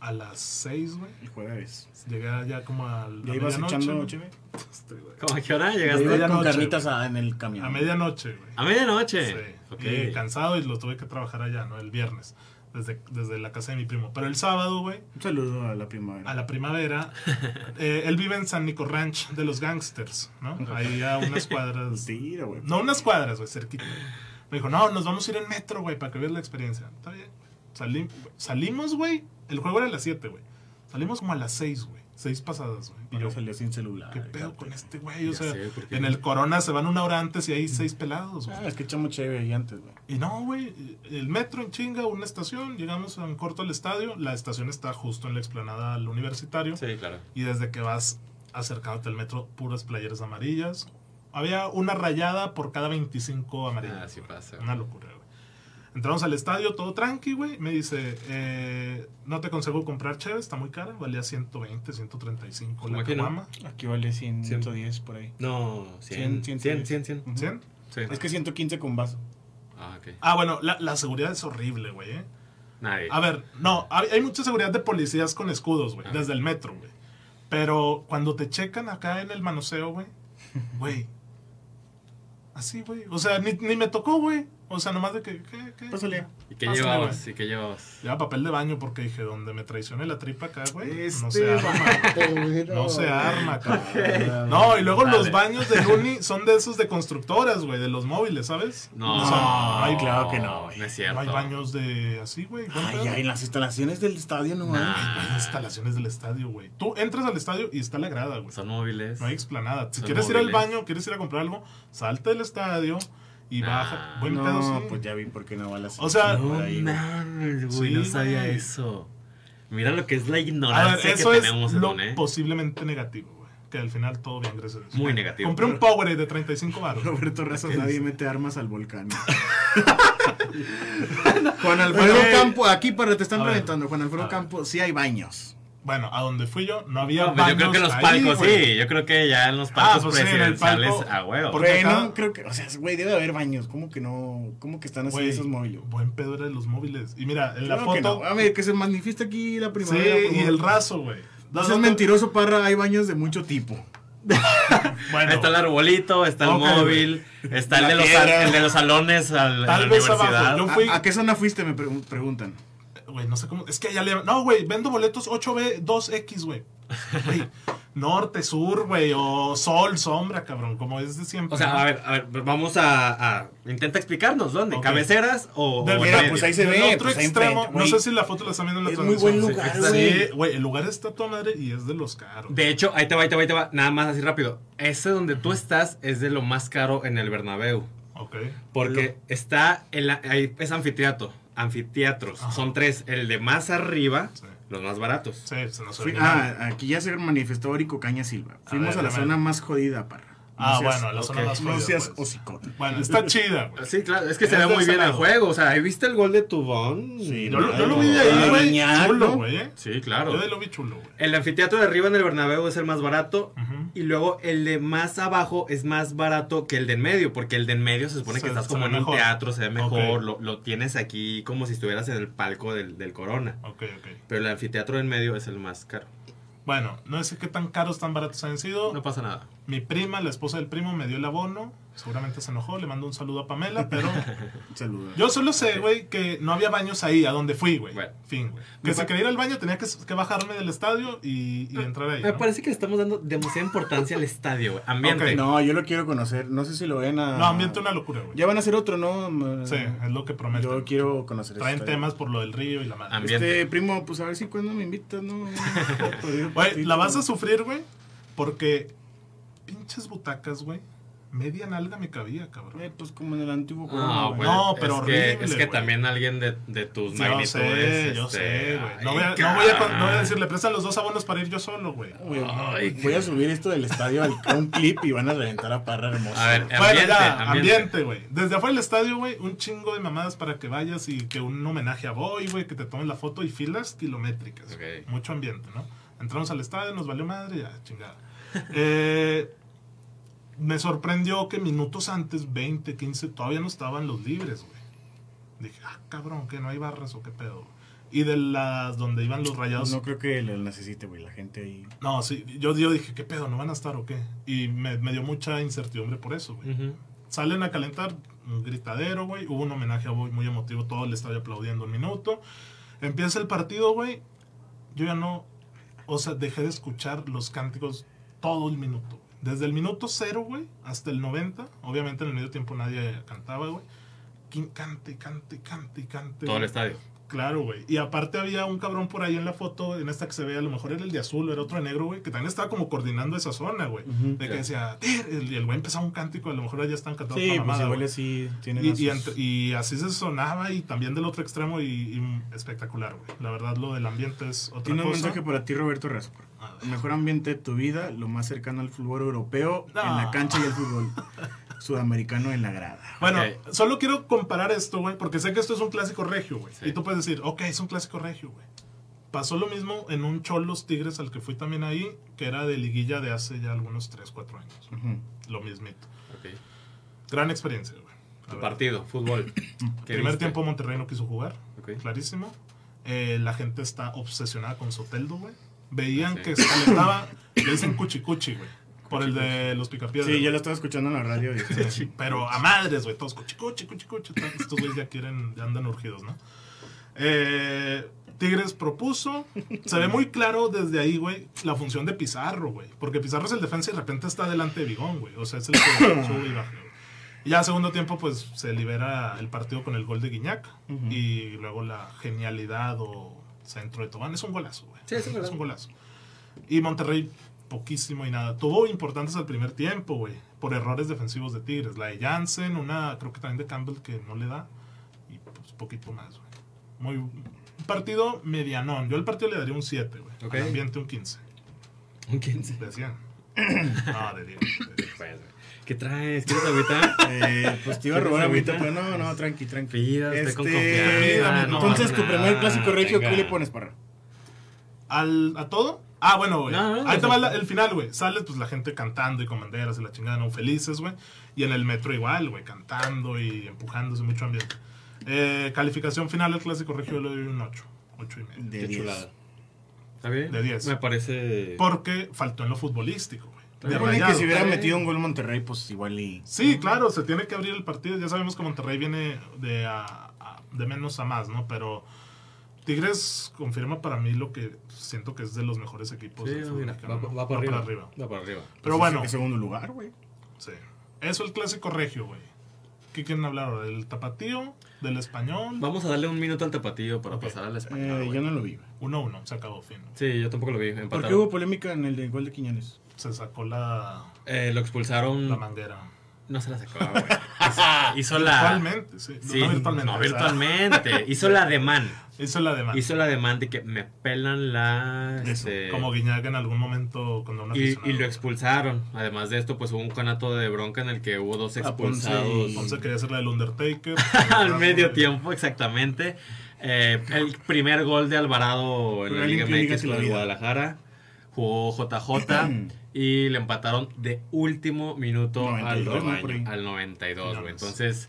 a las 6, güey.
El jueves.
Llegué ya como a la
¿Ya ibas
medianoche,
echando
güey.
noche, güey?
Este, güey.
¿Cómo a qué hora
Ya
llegaste?
Yo
iba
iba
con
noche,
carnitas a- en el camión.
A medianoche, güey.
Ah,
A medianoche.
Sí.
Ok.
Y cansado y lo tuve que trabajar allá, ¿no? El viernes, desde, desde la casa de mi primo. Pero el sábado, güey,
Un saludo a la primavera.
a la primavera, eh, él vive en San Nico Ranch de los gangsters, ¿no? Ahí a unas cuadras.
Mentira, güey.
No, unas cuadras, güey, cerquita. Me dijo, no, nos vamos a ir en metro, güey, para que veas la experiencia. Está bien. Salim- salimos, güey. El juego era a las 7, güey. Salimos como a las 6, güey. 6 pasadas, güey. Y
yo
yo,
salió sin celular.
¿qué pedo con este güey? O
Ya
sea,
sé, ¿por qué?
en el Corona se van una hora antes y hay seis pelados, güey.
Ah, es que echamos chévere ahí antes, güey.
Y no, güey, el metro en chinga, una estación, llegamos en corto al estadio, la estación está justo en la explanada al universitario,
Sí, claro.
y desde que vas acercándote al metro, puras playeras amarillas. Había una rayada por cada 25 amarillas.
Ah, sí
güey.
pasa.
Una locura, güey. Entramos al estadio, todo tranqui, güey. Me dice, eh, no te consigo comprar chévere, está muy cara. Valía 120, 135
Como
la
aquí, ¿no?
caguama.
Aquí vale
110
por ahí.
No, 100.
Cien,
100,
cien,
100,
cien.
100.
Ujú.
¿Cien?
Sí.
Es que 115 con vaso.
Ah, ok.
Ah, bueno, la, la seguridad es horrible, güey, ¿eh?
Nadie.
A ver, no, hay, hay mucha seguridad de policías con escudos, güey,
Ah.
desde el metro, güey. Pero cuando te checan acá en el manoseo, güey, güey. Así, güey. O sea, ni, ni me tocó, güey. O sea, nomás de que. ¿qué, qué?
Pásale.
¿Y qué
pásale,
llevabas? ¿Y qué llevabas?
Lleva papel de baño porque dije, donde me traicione la tripa acá, güey. no
Este
se arma.
vato,
No se arma,
Ok.
cabrón. No, y luego los
Dale.
baños de Luni son de esos de constructoras, güey, de los móviles, ¿sabes?
No.
O sea, no hay,
Ay, claro que no, güey.
No es cierto.
no hay baños de así, güey. ¿Cómo
Ay,
pedo?
ay, en las instalaciones del estadio no mames.
Hay
Nah,
instalaciones del estadio, güey. Tú entras al estadio y está la grada, güey.
son móviles.
No hay explanada. Si
Son
quieres ir al
móviles.
baño, quieres ir a comprar algo, salta del estadio y
Nah.
baja. Buen pedo,
No,
sí.
pues ya vi por qué no va la
O sea,
No
por ahí, güey.
mames, güey, no
Sí,
sabía
güey.
eso. Mira lo que es la
a ver,
ignorancia
eso
que
es
tenemos,
lo
Edwin, ¿eh?
posiblemente negativo, güey. Que al final todo bien, gracias a Dios.
Muy negativo.
Compré un Powerade de 35 baros.
Roberto Razas,
¿Qué
nadie
dice?
mete armas al volcán. Juan Alfredo
Oye.
Campo, aquí para te están
A ver.
reventando. Juan Alfredo
A ver.
Campo, sí hay baños.
Bueno, a donde fui yo no había
No, pues
baños
yo creo que en los
ahí,
palcos,
güey.
sí. Yo creo que ya en los palcos
pues sí, en el
presidenciales,
palco,
a huevo.
por- Porque
Güey,
acá-
no, creo que, o sea, güey, debe haber baños. ¿Cómo que no? ¿Cómo que están así
Güey,
esos móviles?
Buen pedo era de los móviles. Y mira, en la
Claro que
foto.
no. A ver, que se manifiesta aquí la
sí,
primavera. por
y
favor.
el raso, güey. La
No seas
foto-
pues mentiroso, parra, hay baños de mucho tipo.
Bueno,
Está el arbolito, está el
Ok, güey.
móvil, está el
La
de, los,
piedra.
sal- el de los salones al,
Tal
a la
vez abajo,
universidad.
yo-
¿A-
Fui-
¿A, qué zona fuiste? Me pregun- preguntan.
Güey, no sé cómo. Es que allá le. No, güey, vendo boletos 8B, 2X, güey. Güey, norte, sur, güey, o sol, sombra, cabrón, como es de siempre.
O sea, a ver, a ver, vamos a, a- Intenta explicarnos dónde.
Ok.
¿Cabeceras o.?
Del-
o en
mira,
medio?
pues
ahí se
Del
ve,
otro
pues ahí
extremo,
enfrente,
no
güey.
sé si la foto la están viendo en la
Es muy
transmisión.
buen lugar,
Sí,
güey.
Sí, güey, el lugar está a tu madre y es de los caros.
De hecho, ahí te va, ahí te va, ahí te va. Nada más así rápido. Ese donde tú estás es de lo más caro en el Bernabéu.
Ok.
Porque está. En la- ahí es anfiteatro. Anfiteatros.
Ajá.
Son tres. El de más arriba,
Sí.
los más baratos.
Sí, se nos
Fui-
olvidó.
ah, aquí ya se manifestó Orico Caña Silva. Fuimos
ver,
a, la
a ver.
zona más jodida, parra. No
Ah,
seas-
bueno, la zona
ok.
más
No
jodida,
seas
pues.
hocicota.
Bueno, está chida,
Ah,
güey.
Sí, claro, es que se
Es
ve
del
muy bien el
Senado.
juego. O sea, ¿ahí viste el gol de Tubón?
Sí,
Yo, lo- yo lo
Claro.
vi de ahí,
Ah,
güey.
Guiñac,
Chulo,
¿no?
güey. eh.
Sí, claro.
Yo de ahí lo vi chulo, güey.
El anfiteatro de arriba en el Bernabéu es el más barato.
Ujú.
Y luego el de más abajo es más barato que el de en medio, porque el de en medio se supone
Se-
que estás
se
como
ve
en un
mejor.
teatro, se ve mejor,
Ok.
lo, lo tienes aquí como si estuvieras en el palco del, del Corona.
Ok, ok.
Pero el anfiteatro de en medio es el más caro.
Bueno, no sé qué tan caros, tan baratos han sido.
No pasa nada.
Mi prima, la esposa del primo, me dio el abono. Seguramente se enojó. Le mando un saludo a Pamela, pero
Saludos.
yo solo sé, güey, que no había baños ahí a donde fui, güey.
Bueno.
Fin, güey. Que si quería ir al baño tenía que, que bajarme del estadio y, y entrar ahí.
Ah, Me
¿no?
parece que le estamos dando demasiada importancia al estadio, güey. Ambiente.
Ok,
No, yo lo quiero conocer. No sé si lo ven a.
No, ambiente una locura, güey.
Ya van a hacer otro, ¿no?
Sí, es lo que prometen.
Yo quiero conocer
Traen
esta-
temas por lo del río y la madre.
Ambiente.
Este, primo, pues a ver si cuando me invitas, ¿no?
Güey, la vas a sufrir, güey, porque pinches butacas, güey, Media nalga me cabía, cabrón.
Eh, pues como en el antiguo
No,
juego,
güey.
güey.
No, pero
Ah, es que,
horrible,
es que
güey.
también alguien de, de tus
yo
magnitudes.
sé, yo
pues, este,
sé, güey. No,
ay,
voy a- no voy a con-
caray.
no voy a decirle, prestan los dos abonos para ir yo solo, güey.
Güey,
Ay,
voy a subir esto del estadio al a un clip y van a reventar a Parra hermosa.
A ver,
güey.
eh,
Bueno,
Ambiente,
ya,
ambiente.
ambiente, güey. Desde afuera del estadio, güey, un chingo de mamadas para que vayas y que un homenaje a Boy, güey, que te tomen la foto y filas kilométricas.
Ok.
Mucho ambiente, ¿no? Entramos al estadio, nos valió madre, ya, chingada. Eh, me sorprendió que minutos antes, 20, 15, todavía no estaban los libres, güey. Dije, ah, cabrón, que no hay barras o qué pedo. Y de las donde iban los rayados,
No creo que lo necesite, güey. La gente ahí.
no, sí, yo, yo dije, ¿qué pedo? ¿No van a estar o qué? Y me, me dio mucha incertidumbre por eso, güey.
Ujú.
Salen a calentar, un gritadero, güey. Hubo un homenaje a Boy muy emotivo, todo el estadio aplaudiendo un minuto. Empieza el partido, güey. Yo ya no, o sea, dejé de escuchar los cánticos todo el minuto. güey. Desde el minuto cero, güey, hasta el 90. Obviamente en el medio tiempo nadie cantaba, güey. Quin- Cante, cante, cante, cante.
Todo el
güey.
estadio.
Claro, güey. Y aparte había un cabrón por ahí en la foto, en esta que se ve, a lo mejor era el de azul, o era otro de negro, güey, que también estaba como coordinando esa zona, güey.
Ujú.
De que
Ya.
decía, "Tir", y el güey empezaba un cántico, a lo mejor allá están cantando
Sí,
otra
pues
mamada,
igual
güey.
así tienen
y,
a
y
sus-
ent- y así se sonaba y también del otro extremo y, y espectacular, güey. La verdad, lo del ambiente es otra
Tiene un
cosa. Ah,
mensaje para ti, Roberto Razo.
A ver.
El mejor ambiente de tu vida, lo más cercano al fútbol europeo,
No.
en la cancha y el fútbol sudamericano en la grada.
Bueno,
Ok.
solo quiero comparar esto, güey, porque sé que esto es un clásico regio, güey.
Sí.
Y tú puedes decir, ok, es un clásico regio, güey. Pasó lo mismo en un Cholos Tigres al que fui también ahí, que era de liguilla de hace ya algunos 3, 4 años. güey.
Ujú.
Lo mismito.
Ok.
Gran experiencia, güey. A
Tu
ver,
partido, fútbol. ¿Qué
Primer
viste?
tiempo Monterrey no quiso jugar,
Ok.
clarísimo. Eh, la gente está obsesionada con Soteldo, güey. Veían
Sí.
que se calentaba, le dicen cuchicuchi, güey. Por el de los picapiedras.
Sí,
güey.
yo lo estaba escuchando en la radio. y-
Sí, Pero a madres, güey. Todos cuchi, cuchi, cuchi, cuchi. tal, Estos güeyes ya quieren, ya andan urgidos, ¿no? Eh, Tigres propuso. Se ve muy claro desde ahí, güey, la función de Pizarro, güey. Porque Pizarro es el defensa y de repente está delante de Bigón, güey. O sea, es el que sube y baja, güey. Y ya segundo tiempo, pues se libera el partido con el gol de Guiñac.
Ujú.
Y luego la genialidad o centro de Tobán. Es un golazo, güey.
Sí, es un golazo.
Y Monterrey, poquísimo y nada. Tuvo importantes al primer tiempo, güey. Por errores defensivos de Tigres. La de Jansen, una creo que también de Campbell que no le da. Y pues poquito más, güey. Muy, un partido medianón. Yo al partido le daría un 7, güey.
Ok.
Al ambiente un 15.
Un 15.
De 100. no, de 10. de 10.
Pues, güey. ¿Qué traes? ¿Quieres agüita?
Eh, pues te iba a robar agüita, pero no, no, tranqui, tranqui.
Pida, esté con
Este,
confianza. no
entonces,
pasa
tu primer
nada,
clásico regio, ¿qué
venga.
le pones, Parra?
¿Al, ¿A todo? Ah, bueno, güey.
No, no,
Ahí
no,
te
no.
va la- el final, güey. Sales, pues la gente cantando y con banderas y la chingada, no felices, güey. Y en el metro igual, güey, cantando y empujándose, mucho ambiente. Eh, calificación final al clásico regio yo le doy un 8, 8 y medio.
De
Qué
10.
chulada. ¿Está bien?
De 10.
Me parece.
Porque faltó en lo futbolístico, güey.
De
Yo
De
ponía que
Rayados.
si hubiera
Está bien.
metido un gol Monterrey, pues igual y.
Sí, claro, se tiene que abrir el partido. Ya sabemos que Monterrey viene de, a- a- de menos a más, ¿no? Pero Tigres confirma para mí lo que siento que es de los mejores equipos.
Sí,
del fútbol
mira, va,
mexicano, Pues, ¿no?
va para arriba.
para arriba.
Va para arriba.
Pero
pues,
bueno.
En segundo lugar, güey.
Sí. Eso el clásico regio, güey. ¿Qué quieren hablar ahora? ¿Del tapatío? ¿Del español? 1-1,
Vamos a darle un minuto al tapatío para
Ok.
pasar al español.
Eh,
Ah, güey.
yo no lo vi, güey.
se acabó fin.
Sí, yo tampoco lo vi.
¿Por
Empataron.
qué hubo polémica en el de gol de Quiñones?
Se sacó la,
Eh, lo expulsaron.
la manguera.
No se la sacó, güey. Hizo- Hizo la.
Virtualmente, sí. No,
Sí,
no virtualmente.
no,
o sea, Ah.
virtualmente. Hizo la ademán.
hizo la demanda.
Hizo la demanda de que me pelan la.
Eso,
este,
Como Guiñac en algún momento cuando una
y, y lo expulsaron. Además de esto, pues hubo un conato de bronca en el que hubo dos
Ah,
A
pues,
Ponce y-
expulsados.
Ponce quería hacer la del Undertaker.
al medio tiempo, exactamente. Eh, el primer gol de Alvarado en la
Pero
Liga
limpio,
MX
dígase la
con el
vida.
Guadalajara. Jugó JJ y le empataron de último minuto
92,
al,
¿no? Por ahí.
Leaño, al 92. güey.
Finales.
Entonces,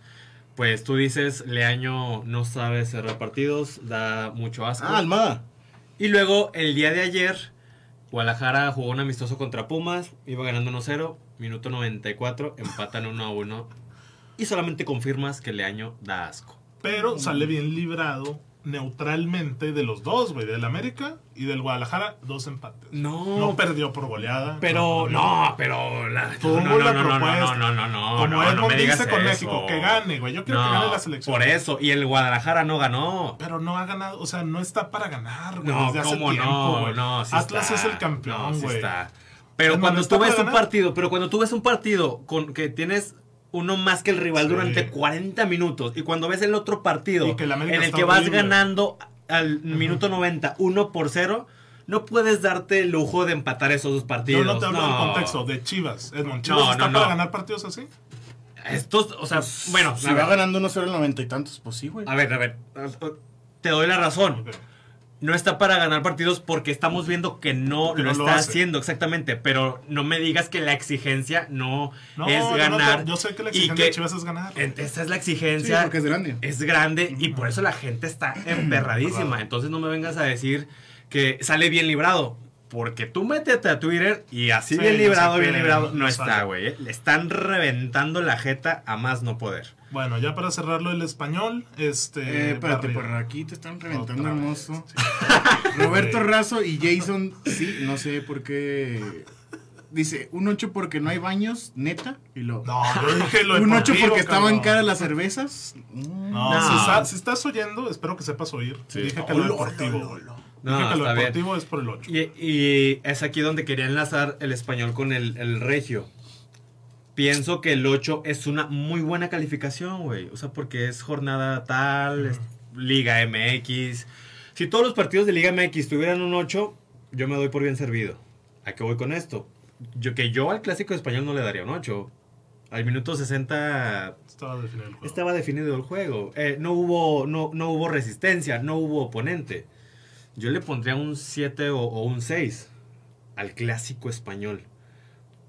pues tú dices, Leaño no sabe cerrar partidos, da mucho asco.
Ah, Almada.
Y luego, el día de ayer, Guadalajara jugó un amistoso contra Pumas, iba ganando 1-0, minuto 94, empatan 1-1 y solamente confirmas que Leaño da asco.
Pero sale bien librado neutralmente de los dos, güey. Del América y del Guadalajara, dos empates.
No,
No perdió por goleada.
pero no, pero la,
Tuvo
no, no,
la
no, no, no,
propuesta.
no, no, no, no,
Como
Oh, no, no
Edmond
me digas
dice con
eso.
México, que gane, güey. Yo quiero que
No,
gane la selección.
Por eso, y el Guadalajara no ganó.
Pero no ha ganado, o sea, no está para ganar, güey.
No,
desde hace
cómo
tiempo,
no,
güey.
no, sí
Atlas
está.
es el campeón,
No, sí
güey.
está. Pero
Edman
cuando
está
tú ves
para
un
ganar.
partido, pero cuando tú ves un partido con que tienes uno más que el rival
Sí.
durante 40 minutos y cuando ves el otro partido
Y que el América
en el
está
que vas
horrible.
ganando al minuto 90 1 por 0, no puedes darte el lujo de empatar esos dos
Yo
partidos.
no te hablo del
No.
contexto de Chivas. Edmond, Chivas
No,
está
no,
para
no.
ganar partidos así.
Estos, o sea, bueno,
Si
a
va
ver,
ganando 1-0 el 90 y tantos, pues sí, güey.
a ver, a ver, te doy la razón. No está para ganar partidos porque estamos viendo que no
Que
lo
no lo
está
hace.
haciendo exactamente, pero no me digas que la exigencia no,
No,
es
yo no te-
ganar.
yo sé que la
y
exigencia
que-
de Chivas es ganar.
En- Esa es la
Sí,
exigencia.
porque es grande.
es grande y por eso la gente está emperradísima.
Emperrado.
Entonces no me vengas a decir que sale bien librado. Porque tú métete a Twitter y así
Sí,
bien
no sé
librado,
qué,
bien librado,
no
no está,
sale.
güey. eh. Le están reventando la jeta a más no poder.
Bueno, ya para cerrarlo el español, este.
Eh, espérate,
Barrio.
por aquí te están reventando,
Otra vez,
hermoso.
sí.
Roberto Razo y Jason, sí, no sé por qué. Dice, un 8 porque no hay baños, neta. Y lo.
No, yo dije lo
un 8
deportivo,
porque estaban
cabrón.
caras las cervezas. Mm.
No,
No.
Si, está- si estás oyendo, espero que sepas oír.
Sí.
Dije que lo
Olo,
deportivo.
olo,
güey.
olo.
No,
Dije que lo
está bien.
deportivo es por el 8.
Y, y es aquí donde quería enlazar el español con el, el regio. Pienso que el 8 es una muy buena calificación, güey. O sea, porque es jornada tal, es Liga MX. Si todos los partidos de Liga MX tuvieran un 8, yo me doy por bien servido. ¿A qué voy con esto? Yo, que yo al clásico español no le daría un 8. Al minuto 60
Estaba definido el juego.
estaba definido el juego. Eh, no, hubo, no, no hubo resistencia, no hubo oponente. Yo le pondría un 7 o, o un 6 al clásico español.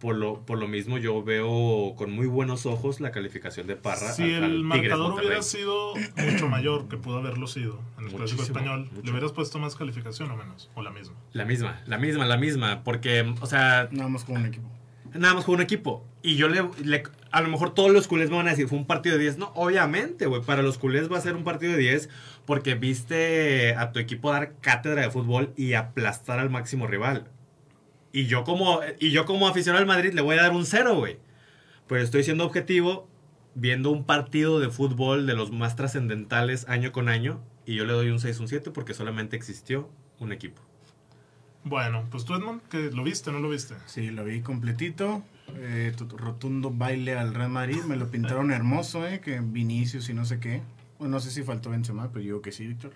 Por lo, por lo mismo yo veo con muy buenos ojos la calificación de Parra.
Si
al-
el
al Tigres
marcador
Monterrey.
hubiera sido mucho mayor, que pudo haberlo sido en el clásico
Muchísimo,
español, ¿le
mucho.
hubieras puesto más calificación o menos? O la misma.
La misma, la misma, la misma. Porque, o sea,
Nada más con un equipo.
nada más jugó un equipo. Y yo le, le- A lo mejor todos los culés me van a decir, fue un partido de 10. No, obviamente, güey. Para los culés va a ser un partido de 10 porque viste a tu equipo dar cátedra de fútbol y aplastar al máximo rival. Y yo como, y yo como aficionado al Madrid le voy a dar un 0, güey. Pero estoy siendo objetivo viendo un partido de fútbol de los más trascendentales año con año. Y yo le doy un 6, un 7 porque solamente existió un equipo.
Bueno, pues tú, Edmond, que ¿lo viste o no lo viste?
Sí, lo vi completito. Eh, tu- tu rotundo baile al Real Madrid. Me lo pintaron hermoso, ¿eh? Que Vinicius y no sé qué. Bueno, no sé si faltó Benzema, pero yo digo que sí, Víctor.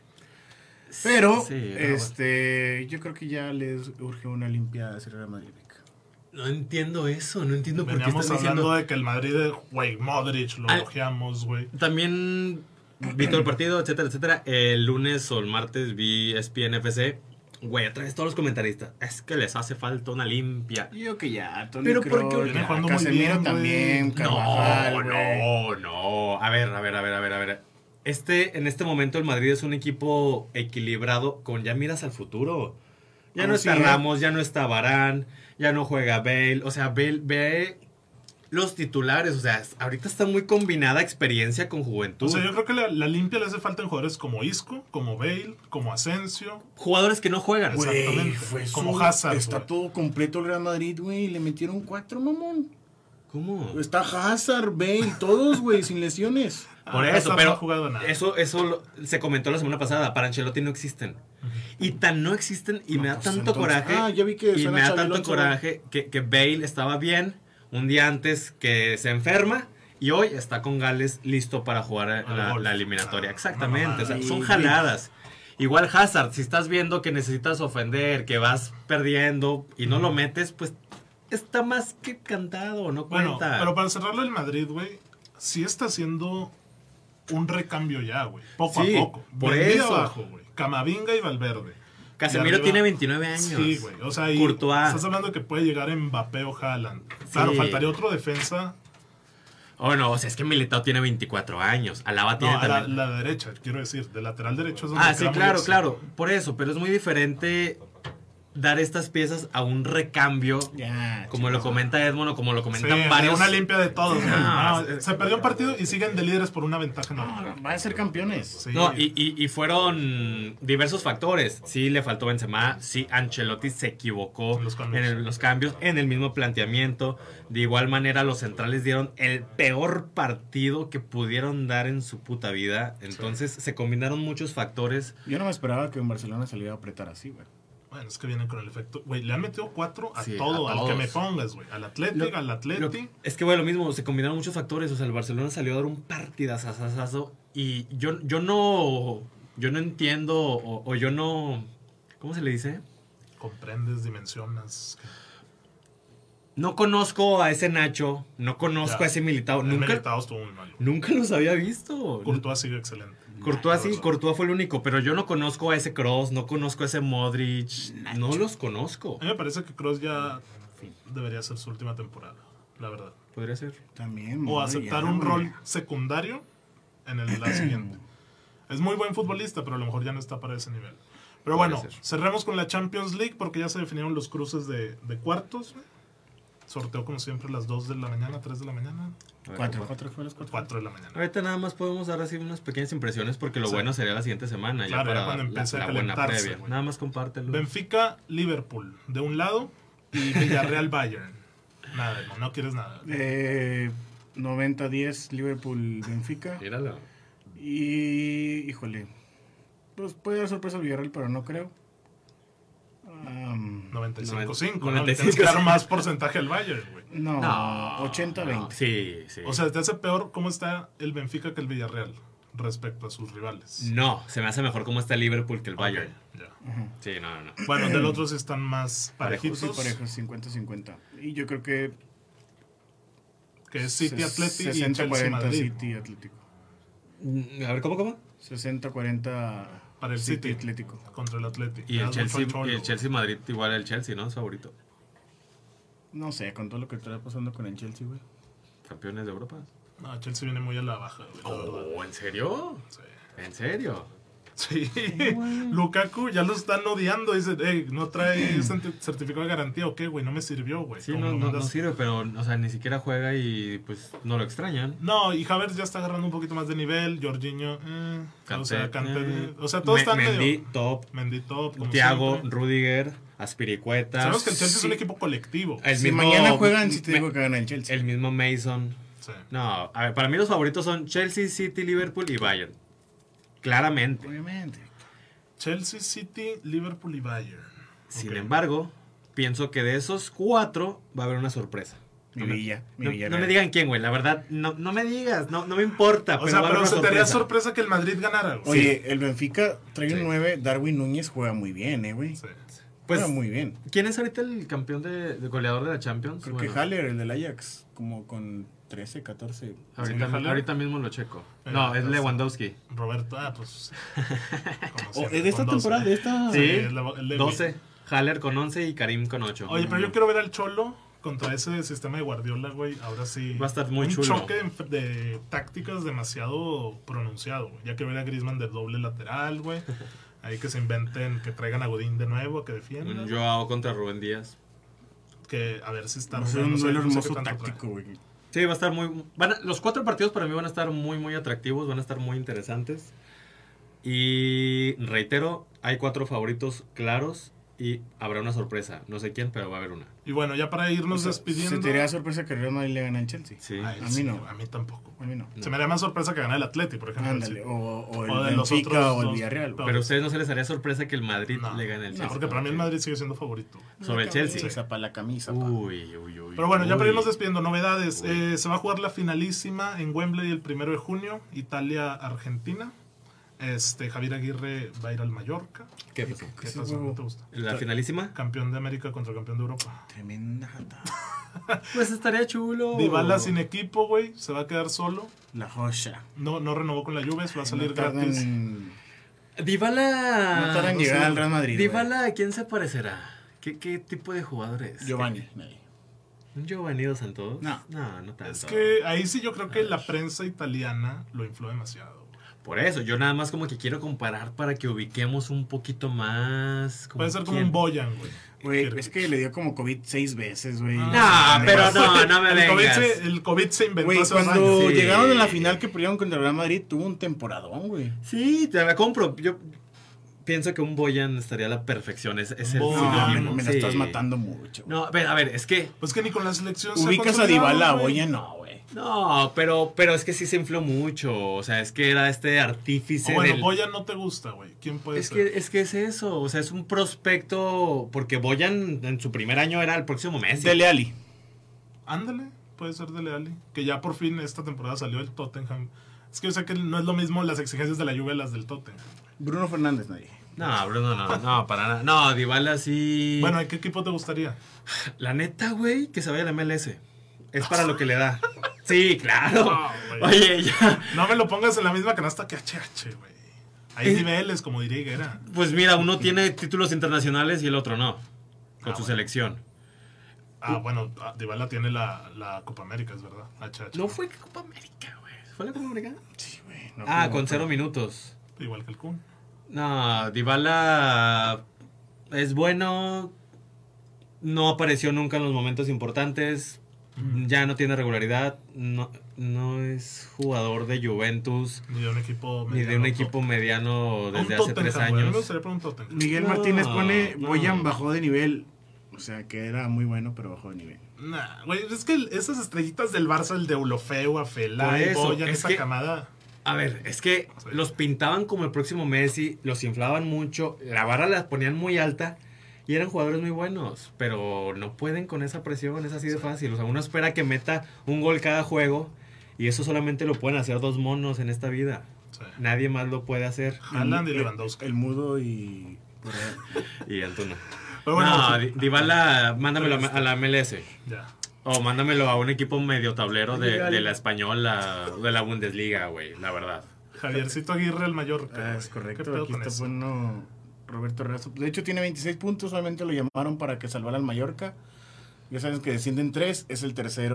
Pero,
Sí, pero bueno.
este, yo creo que ya les urge una limpiada hacia el Real Madrid. Vic.
No entiendo eso, no entiendo por qué están
Veníamos
diciendo...
hablando de que el Madrid, de, güey, Modric, lo
Al-
elogiamos, güey.
También vi todo el partido, etcétera, etcétera. El lunes o el martes vi E SPNFC. Güey, otra vez todos los comentaristas. Es que les hace falta una limpia.
Yo digo que ya, Tony
Pero
Pero
¿por qué
Kroos,
viene
ya,
jugando muy
Casemiro
bien, güey?
también, Carvajal,
No, no,
güey.
no. A ver, a ver, a ver, a ver, a ver. Este, en este momento el Madrid es un equipo equilibrado con ya miras al futuro.
Ah,
Ya no
Así
está
¿eh?
es.
Ramos, ya no está Barán, ya no juega Bale. O sea, Bale ve los titulares. O sea, ahorita está muy combinada experiencia con juventud.
O sea, yo creo que la, la limpia le hace falta en jugadores como Isco, como Bale, como Asensio.
Jugadores que no juegan.
Güey, Exactamente. Como Hazard,
Está
güey.
todo completo el Real Madrid, güey. y Le metieron cuatro, mamón.
¿Cómo?
Está Hazard, Bale, todos, güey, sin lesiones.
Por
Ah,
eso,
Hazard
pero
no ha jugado nada.
eso, eso lo- se comentó la semana pasada. Para Ancelotti no existen. Y tan no existen y
No,
me da
pues,
tanto
entonces-
coraje.
Ah, ya vi que
y
suena
me da
Xabi
tanto
Alonso, ¿no?
coraje que, que Bale estaba bien un día antes que se enferma. Y hoy está con Gales listo para jugar
Al
la,
golf.
la eliminatoria.
Ah,
Exactamente.
mamá.
o sea,
Sí,
son
güey.
jaladas. Igual Hazard, si estás viendo que necesitas ofender, que vas perdiendo y no lo metes, pues está más que cantado, no
Bueno,
cuenta.
pero para cerrarlo el Madrid, güey, sí está haciendo un recambio ya, güey. Poco
Sí,
a poco.
por
Vendido
eso.
abajo, güey. Camavinga y Valverde. Y
Casemiro
arriba-
tiene 29 años.
Sí, güey. O sea, y
Courtois.
estás hablando que puede llegar Mbappé o Haaland. Claro,
Sí.
faltaría otro defensa.
Oh, no, o sea, es que Militao tiene 24 años. Alaba tiene
No, a la,
también.
la derecha, quiero decir. De lateral derecho es donde
ah, sí,
queda muy
claro,
bien.
claro. Por eso, pero es muy diferente dar estas piezas a un recambio,
Ya.
como lo comenta Edmond o como lo
Sí,
comentan
de
varios.
una limpia de todos. güey.
No,
No, se perdió un partido y siguen de líderes por una ventaja enorme.
Van a ser campeones.
Sí.
No, y, y- y fueron diversos factores. Sí, le faltó Benzema. Sí, Ancelotti se equivocó
En los cambios.
en el- los cambios, en el mismo planteamiento. De igual manera, los centrales dieron el peor partido que pudieron dar en su puta vida. Entonces, se combinaron muchos factores.
Yo no me esperaba que en Barcelona se le iba a apretar así, güey.
Bueno, es que viene con el efecto. Güey, le han metido cuatro a
Sí,
todo,
a
al que
todos.
me pongas, güey. Al Athletic,
Lo-
al
Lo-
Athletic.
es que, güey, lo mismo, se combinaron muchos factores. O sea, el Barcelona salió a dar un partidazazazazo y yo, yo no. Yo no entiendo o, o yo no. ¿Cómo se le dice?
Comprendes, dimensionas.
No conozco a ese Nacho, no conozco
Ya.
a ese Militao.
El
Nunca,
Militao estuvo muy mal. güey.
nunca los había visto.
Courtois sigue excelente.
Courtois
La
sí,
verdad.
Courtois fue el único, pero yo no conozco a ese Cross, no conozco a ese Modric, no los conozco.
A mí me parece que Cross ya debería ser su última temporada, la verdad.
Podría ser.
También.
O
güey,
aceptar
ya,
un
güey.
rol secundario en el la siguiente. Es muy buen futbolista, pero a lo mejor ya no está para ese nivel. Pero
Puede
bueno,
ser.
cerremos con la Champions League porque ya se definieron los cruces de, de cuartos. güey. Sorteo como siempre a las 2 de la mañana, 3 de la mañana,
Cuatro, cuatro fue las cuatro.
4 de la mañana.
Ahorita nada más podemos dar así unas pequeñas impresiones porque lo
Sí.
bueno sería la siguiente semana,
Claro, ya
ya para
cuando
la,
empiece a
la buena
calentarse,
previa.
güey.
Nada más compártelo.
Benfica, Liverpool, de un lado, y Villarreal, Bayern. Nada, no, no quieres nada.
Eh, 90-10 Liverpool Benfica.
Míralo.
Y, híjole, pues puede dar sorpresa al Villarreal, pero no creo. Am,
95-5, ¿no? Le
95-5.
tienes que dar más porcentaje al Bayern, güey.
no,
No,
80-20.
no, Sí, sí.
O sea, te hace peor cómo está el Benfica que el Villarreal respecto a sus rivales.
no, se me hace mejor cómo está Liverpool que el Bayern.
Ok, ya.
Ajá.
Sí, no, no, no.
Bueno, del otro sí están más
Parejos,
parejitos,
Sí, parejos, 50-50. Y yo creo que
que es City,
ses-
Atleti y
60-40
Chelsea, Madrid.
City Atlético.
Mm, A ver, ¿cómo, cómo?
60-40
Para el City.
Atlético.
Contra el Atleti.
Y
Ya
el,
es mucho
Chelsea,
cholo,
y el
güey.
Chelsea Madrid, igual el Chelsea, ¿no? Es favorito.
No sé, con todo lo que está pasando con el Chelsea, güey.
Campeones de Europa.
No, Chelsea viene muy a la baja, güey, la verdad.
Oh, ¿en serio?
Sí.
¿En serio?
Sí, Lukaku ya lo están odiando. Dice, "Ey, no trae cent- certificado de garantía o qué, güey, no me sirvió, güey.
Sí,
Como
no,
lo
no, no
mandas-
sirve, pero, o sea, ni siquiera juega y pues no lo extrañan.
No, y Havertz ya está agarrando un poquito más de nivel. Jorginho, eh, o sea,
Kanté,
Kanté,
eh,
o sea, todos
Me-
están
Mendy,
medio.
top.
Mendito,
Thiago, Rudiger, Aspiricueta.
Sabemos que el Chelsea es
Sí.
un equipo colectivo.
El
Si
mismo-
mañana juegan, si te
me-
digo que gana el Chelsea.
El mismo Mason.
Sí.
No, a ver, para mí los favoritos son Chelsea, City, Liverpool y Bayern. Claramente.
Obviamente.
Chelsea, City, Liverpool y Bayern.
Sin
Ok.
embargo, pienso que de esos cuatro va a haber una sorpresa.
Mi
No me-
villa, mi
No,
villa
no me
real.
digan quién, güey. La verdad, no, no me digas. No, no me importa.
O sea,
va a haber
pero
una
se te haría
sorpresa.
sorpresa que el Madrid ganara, güey.
Oye, el Benfica trae
Sí.
un 9. Darwin Núñez juega muy bien, eh, güey.
Sí.
Pues,
juega muy bien.
¿Quién es ahorita el campeón de, de goleador de la Champions?
Creo
Bueno,
que Haller, el del Ajax, como con 13, 14.
Ahorita,
Haller.
ahorita mismo lo checo.
Eh,
no, es
entonces-
Lewandowski.
Roberto, ah, pues. como
Oh,
siempre,
es de esta
con ¿eh? doce.
temporada, de esta.
Sí,
Sí,
es la- Ah, el de-
12. Haller con 11 y Karim con
este-
8.
Oye, pero yo quiero ver al Cholo contra ese sistema de Guardiola, güey. Ahora sí.
Va a estar muy
un
chulo.
choque de, de tácticas demasiado pronunciado, güey. Ya que ver a Griezmann de doble lateral, güey. Ahí que se inventen, que traigan a Godín de nuevo, que defienda.
Un Joao contra Rubén Díaz.
Que a ver si está.
Va a ser
no
un
sé-
duelo
no sé qué
hermoso
tanto trae.
táctico, güey.
Sí, va a estar muy... Van a- los cuatro partidos para mí van a estar muy, muy atractivos, van a estar muy interesantes. Y reitero, hay cuatro favoritos claros y habrá una sorpresa. No sé quién, pero va a haber una.
Y bueno, ya para irnos
O sea,
despidiendo.
Se te haría sorpresa que el Real Madrid le gana al Chelsea.
Sí.
Ay,
A mí
sí,
no.
A mí tampoco.
A mí no.
Se me haría más sorpresa que ganar el Atleti, por ejemplo.
Ándale,
sí.
o, o el
O de los
Benfica
otros
o el
dos.
Villarreal. güey.
Pero a ustedes no se les haría sorpresa que el Madrid
pues, No,
le gane el
no,
Chelsea.
porque para mí el Madrid sigue siendo favorito. güey.
Sobre el
La
Chelsea.
camisa, pa' la camisa. pa.
Uy, uy, uy.
Pero bueno, ya para
uy.
irnos despidiendo, novedades.
Uy.
Eh, se va a jugar la finalísima en Wembley el primero de junio, Italia-Argentina. Este, Javier Aguirre va a ir al Mallorca.
¿Qué pasó?
¿Qué
Ese
tal? ¿No
huevo.
te gusta?
¿La finalísima?
Campeón de América contra campeón de Europa.
Tremenda jata.
Pues estaría
Oh.
chulo.
Dybala sin equipo, güey. Se va a quedar solo.
La joya.
No, no renovó con la Juve, se va a salir
no tardan-
gratis.
Dybala...
No tardan en llegar al Real Madrid. güey.
Ah, Dybala, ¿a quién se parecerá? ¿Qué, qué tipo de jugador es?
Giovanni. nadie.
¿Un Giovanni Dos Santos?
No.
No, no tanto.
Es que ahí sí yo creo que la prensa italiana lo infló demasiado. güey.
Por eso, yo nada más como que quiero comparar para que ubiquemos un poquito más.
Puede ser como
quién.
un Boyan, güey.
Güey, es que le dio como COVID seis veces, güey.
No, pero no, no me
Ah, el COVID,
vengas.
se, el COVID se inventó
Güey,
hace dos
cuando
años.
Sí.
llegaron a la final que perdieron contra el Real Madrid, tuvo un temporadón, güey.
Sí, te la compro. Yo pienso que un Boyan estaría a la perfección. Es, es el
No,
No, me,
sinónimo,
me la
sí.
estás matando mucho. güey.
No, a ver, a ver, es que
Pues que ni con la selección se ha
Ubicas a
consolidado,
Dybala,
güey.
oye, no, güey.
No, pero, pero es que sí se infló mucho. O sea, es que era este artífice.
O bueno,
del-
Boyan no te gusta, güey. ¿Quién puede
es,
ser?
que, es que es eso. O sea, es un prospecto. Porque Boyan en su primer año era el próximo mes.
Dele Ali.
Ándale, puede ser Dele Alli. Que ya por fin esta temporada salió el Tottenham. Es que yo sé que no es lo mismo las exigencias de la Juve a las del Tottenham.
Bruno Fernández, nadie.
No, Bruno, no, no, para nada. No, Dybala sí.
Bueno, ¿a qué equipo te gustaría?
La neta, güey, que se vaya a la MLS. Es para lo que le da. Sí, claro.
No, güey.
Oye, ya.
No me lo pongas en la misma canasta que HH, güey. Hay
Eh.
niveles, como diría Higuera.
Pues mira, uno tiene títulos internacionales y el otro no. Con
Ah,
su
bueno.
selección.
Ah, bueno, ah, Dybala tiene la, la Copa América, es verdad. HH.
No fue Copa América, güey. ¿Fue la Copa América?
Sí, güey. no,
Ah,
como-
con cero minutos.
Igual que el Kun.
No, Dybala es bueno. No apareció nunca en los momentos importantes.
Mm.
Ya no tiene regularidad. No, no es jugador de Juventus.
Ni de un equipo
Ni de
mediano,
un equipo mediano
top.
desde
Un
hace
Tottenham,
tres
güey. A mí me
años.
gustaría por un Tottenham.
Miguel
No,
Martínez pone,
no.
Boyan bajó de nivel. O sea, que era muy bueno, pero bajó de nivel.
Nah, güey, es que el- esas estrellitas del Barça, el de Ulofeu, Afela,
Por
y
eso,
Boyan,
es
esa
que-
camada.
A ver, es que los pintaban como el próximo Messi, los inflaban mucho, la barra la ponían muy alta y eran jugadores muy buenos, pero no pueden con esa presión, es así de fácil. O sea, uno espera que meta un gol cada juego y eso solamente lo pueden hacer dos monos en esta vida.
Sí.
Nadie más lo puede hacer.
Haaland y
El-
Lewandowski.
El, mudo y. por ahí.
Y Antuna.
Pero bueno,
no,
sí.
Di- Dybala, mándamelo a, a la MLS.
Ya.
O mándamelo a un equipo medio tablero de, de la española, de la Bundesliga, güey, la verdad.
Javiercito Aguirre, el mayor.
Ah, es correcto. Aquí está bueno Roberto Razo. De hecho, tiene 26 puntos. Solamente lo llamaron para que salvara al Mallorca. Ya sabes que descienden tres. Es el tercero.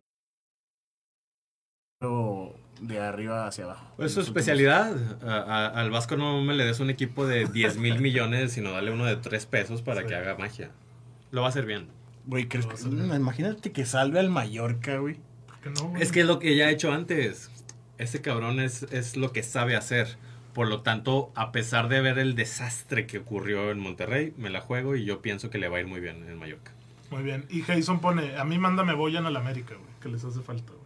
De arriba hacia abajo.
Es Pues su
Los últimos.
especialidad. A- a- al Vasco no me le des un equipo de 10 mil millones, sino dale uno de 3 pesos para
Sí.
que haga magia. Lo va a hacer bien.
Güey, ¿crees
Lo
que-
vas a ver.
Mm, imagínate que salve al Mallorca, güey.
Es que es lo que ya ha hecho antes. Ese cabrón es, es lo que sabe hacer. Por lo tanto, a pesar de ver el desastre que ocurrió en Monterrey, me la juego y yo pienso que le va a ir muy bien en Mallorca.
Muy bien. Y Jason pone: A mí mándame Boyan al América, güey. Que les hace falta, güey.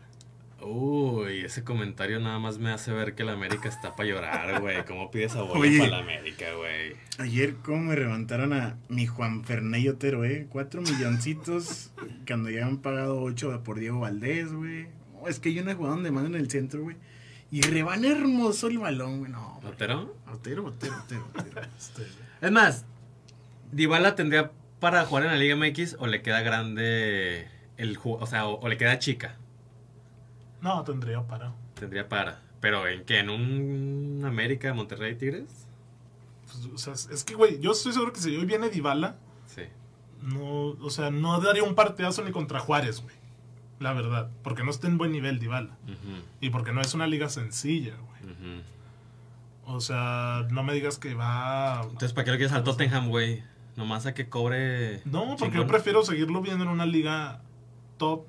Uy, ese comentario nada más me hace ver que la América está para llorar, güey. ¿Cómo pides a Boya
Oye.
para la América, güey?
Ayer, cómo me levantaron a mi Juan Ferney Otero, eh. Cuatro milloncitos. cuando ya han pagado ocho por Diego Valdés, güey. No, es que hay una jugada donde mandan el centro, güey. Y rebana hermoso el balón, güey. No, güey.
¿Notero?
Otero, Otero, Otero, Otero.
Este,
Es más, Dybala tendría para jugar en la Liga MX o le queda grande el ju- o sea, o, o le queda chica.
no, tendría para.
Tendría para. Pero en qué, en un América, Monterrey, Tigres?
Pues, o sea, es es que, güey, yo estoy seguro que si hoy viene Dybala,
Sí.
no, o sea, no daría un partidazo ni contra Juárez, güey. La verdad. Porque no está en buen nivel Dybala.
Ujú,
Y porque no es una liga sencilla, güey.
ujú.
O sea, no me digas que va.
Entonces, ¿para qué lo quieres al Tottenham, güey? Nomás a que cobre.
No, porque yo
chingón.
prefiero seguirlo viendo en una liga top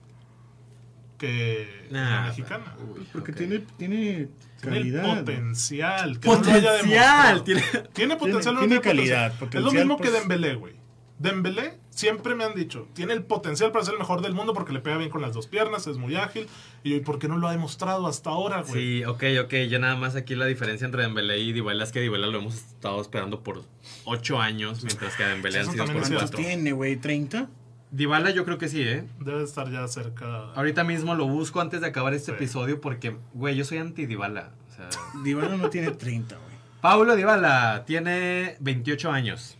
que
Nah,
la mexicana.
uy,
Pues Porque
ok.
tiene, tiene
Tiene el
calidad.
potencial. que no lo haya
potencial.
demostrado.
Tiene...
Tiene potencial. no
tiene calidad,
potencial. Es lo
potencial,
mismo
pues.
que Dembélé, güey. Dembélé siempre me han dicho, tiene el potencial para ser el mejor del mundo porque le pega bien con las dos piernas, es muy ágil. Y hoy, ¿por qué no lo ha demostrado hasta ahora, güey?
Sí, ok, ok. Yo nada más aquí la diferencia entre Dembélé y Dybala es que Dybala lo hemos estado esperando por 8 años, mientras que a Dembélé
Eso
han sido
también
por
es
¿Cuántos
cierto.
4.
tiene, güey? ¿30?
Dybala yo creo que sí, ¿eh?
Debe estar ya cerca.
Ahorita mismo lo busco antes de acabar
Sí.
este episodio porque, güey, yo soy anti-Dibala. O sea,
Divano no tiene 30, güey.
Paulo Dibala tiene 28 años.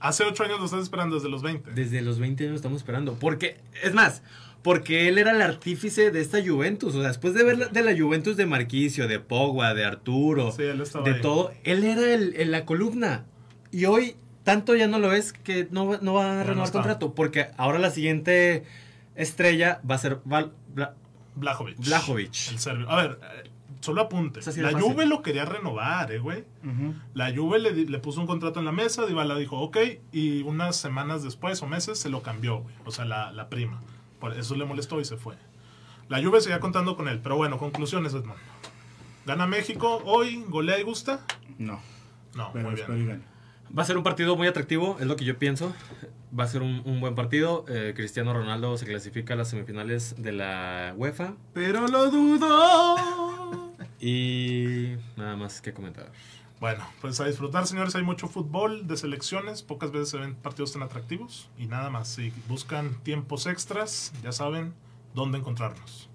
Hace ocho años lo estás esperando desde los 20.
Desde los 20 años estamos esperando. Porque, es más, porque él era el artífice de esta Juventus. O sea, después de ver la, de la Juventus de Marquicio, de Pogba, de Arturo,
Sí, él estaba
de
ahí.
todo, él era el, el- la columna. Y hoy tanto ya no lo es que no, va- no va a
no
renovar
está.
contrato. Porque ahora la siguiente estrella va a ser Val- Bla-
Blajovic.
Blajovic.
El serbio. A ver, eh, solo apunte.
Es así de
La
fácil.
Juve lo quería renovar, eh, güey. La Juve le, di- le puso un contrato en la mesa, Dybala dijo, ok, y unas semanas después o meses se lo cambió, güey. O sea, la, la prima. Por eso le molestó y se fue. La Juve seguía contando con él. Pero bueno, conclusiones, Edmond. ¿Gana México hoy? ¿Golea y gusta?
No,
No,
pero
muy
espero
bien.
y gane.
Va a ser un partido muy atractivo, es lo que yo pienso. Va a ser un, un buen partido. Eh, Cristiano Ronaldo se clasifica a las semifinales de la UEFA.
Pero lo dudo.
Y nada más que comentar.
Bueno, pues a disfrutar, señores. Hay mucho fútbol de selecciones. Pocas veces se ven partidos tan atractivos. Y nada más. Si buscan tiempos extras, ya saben dónde encontrarnos.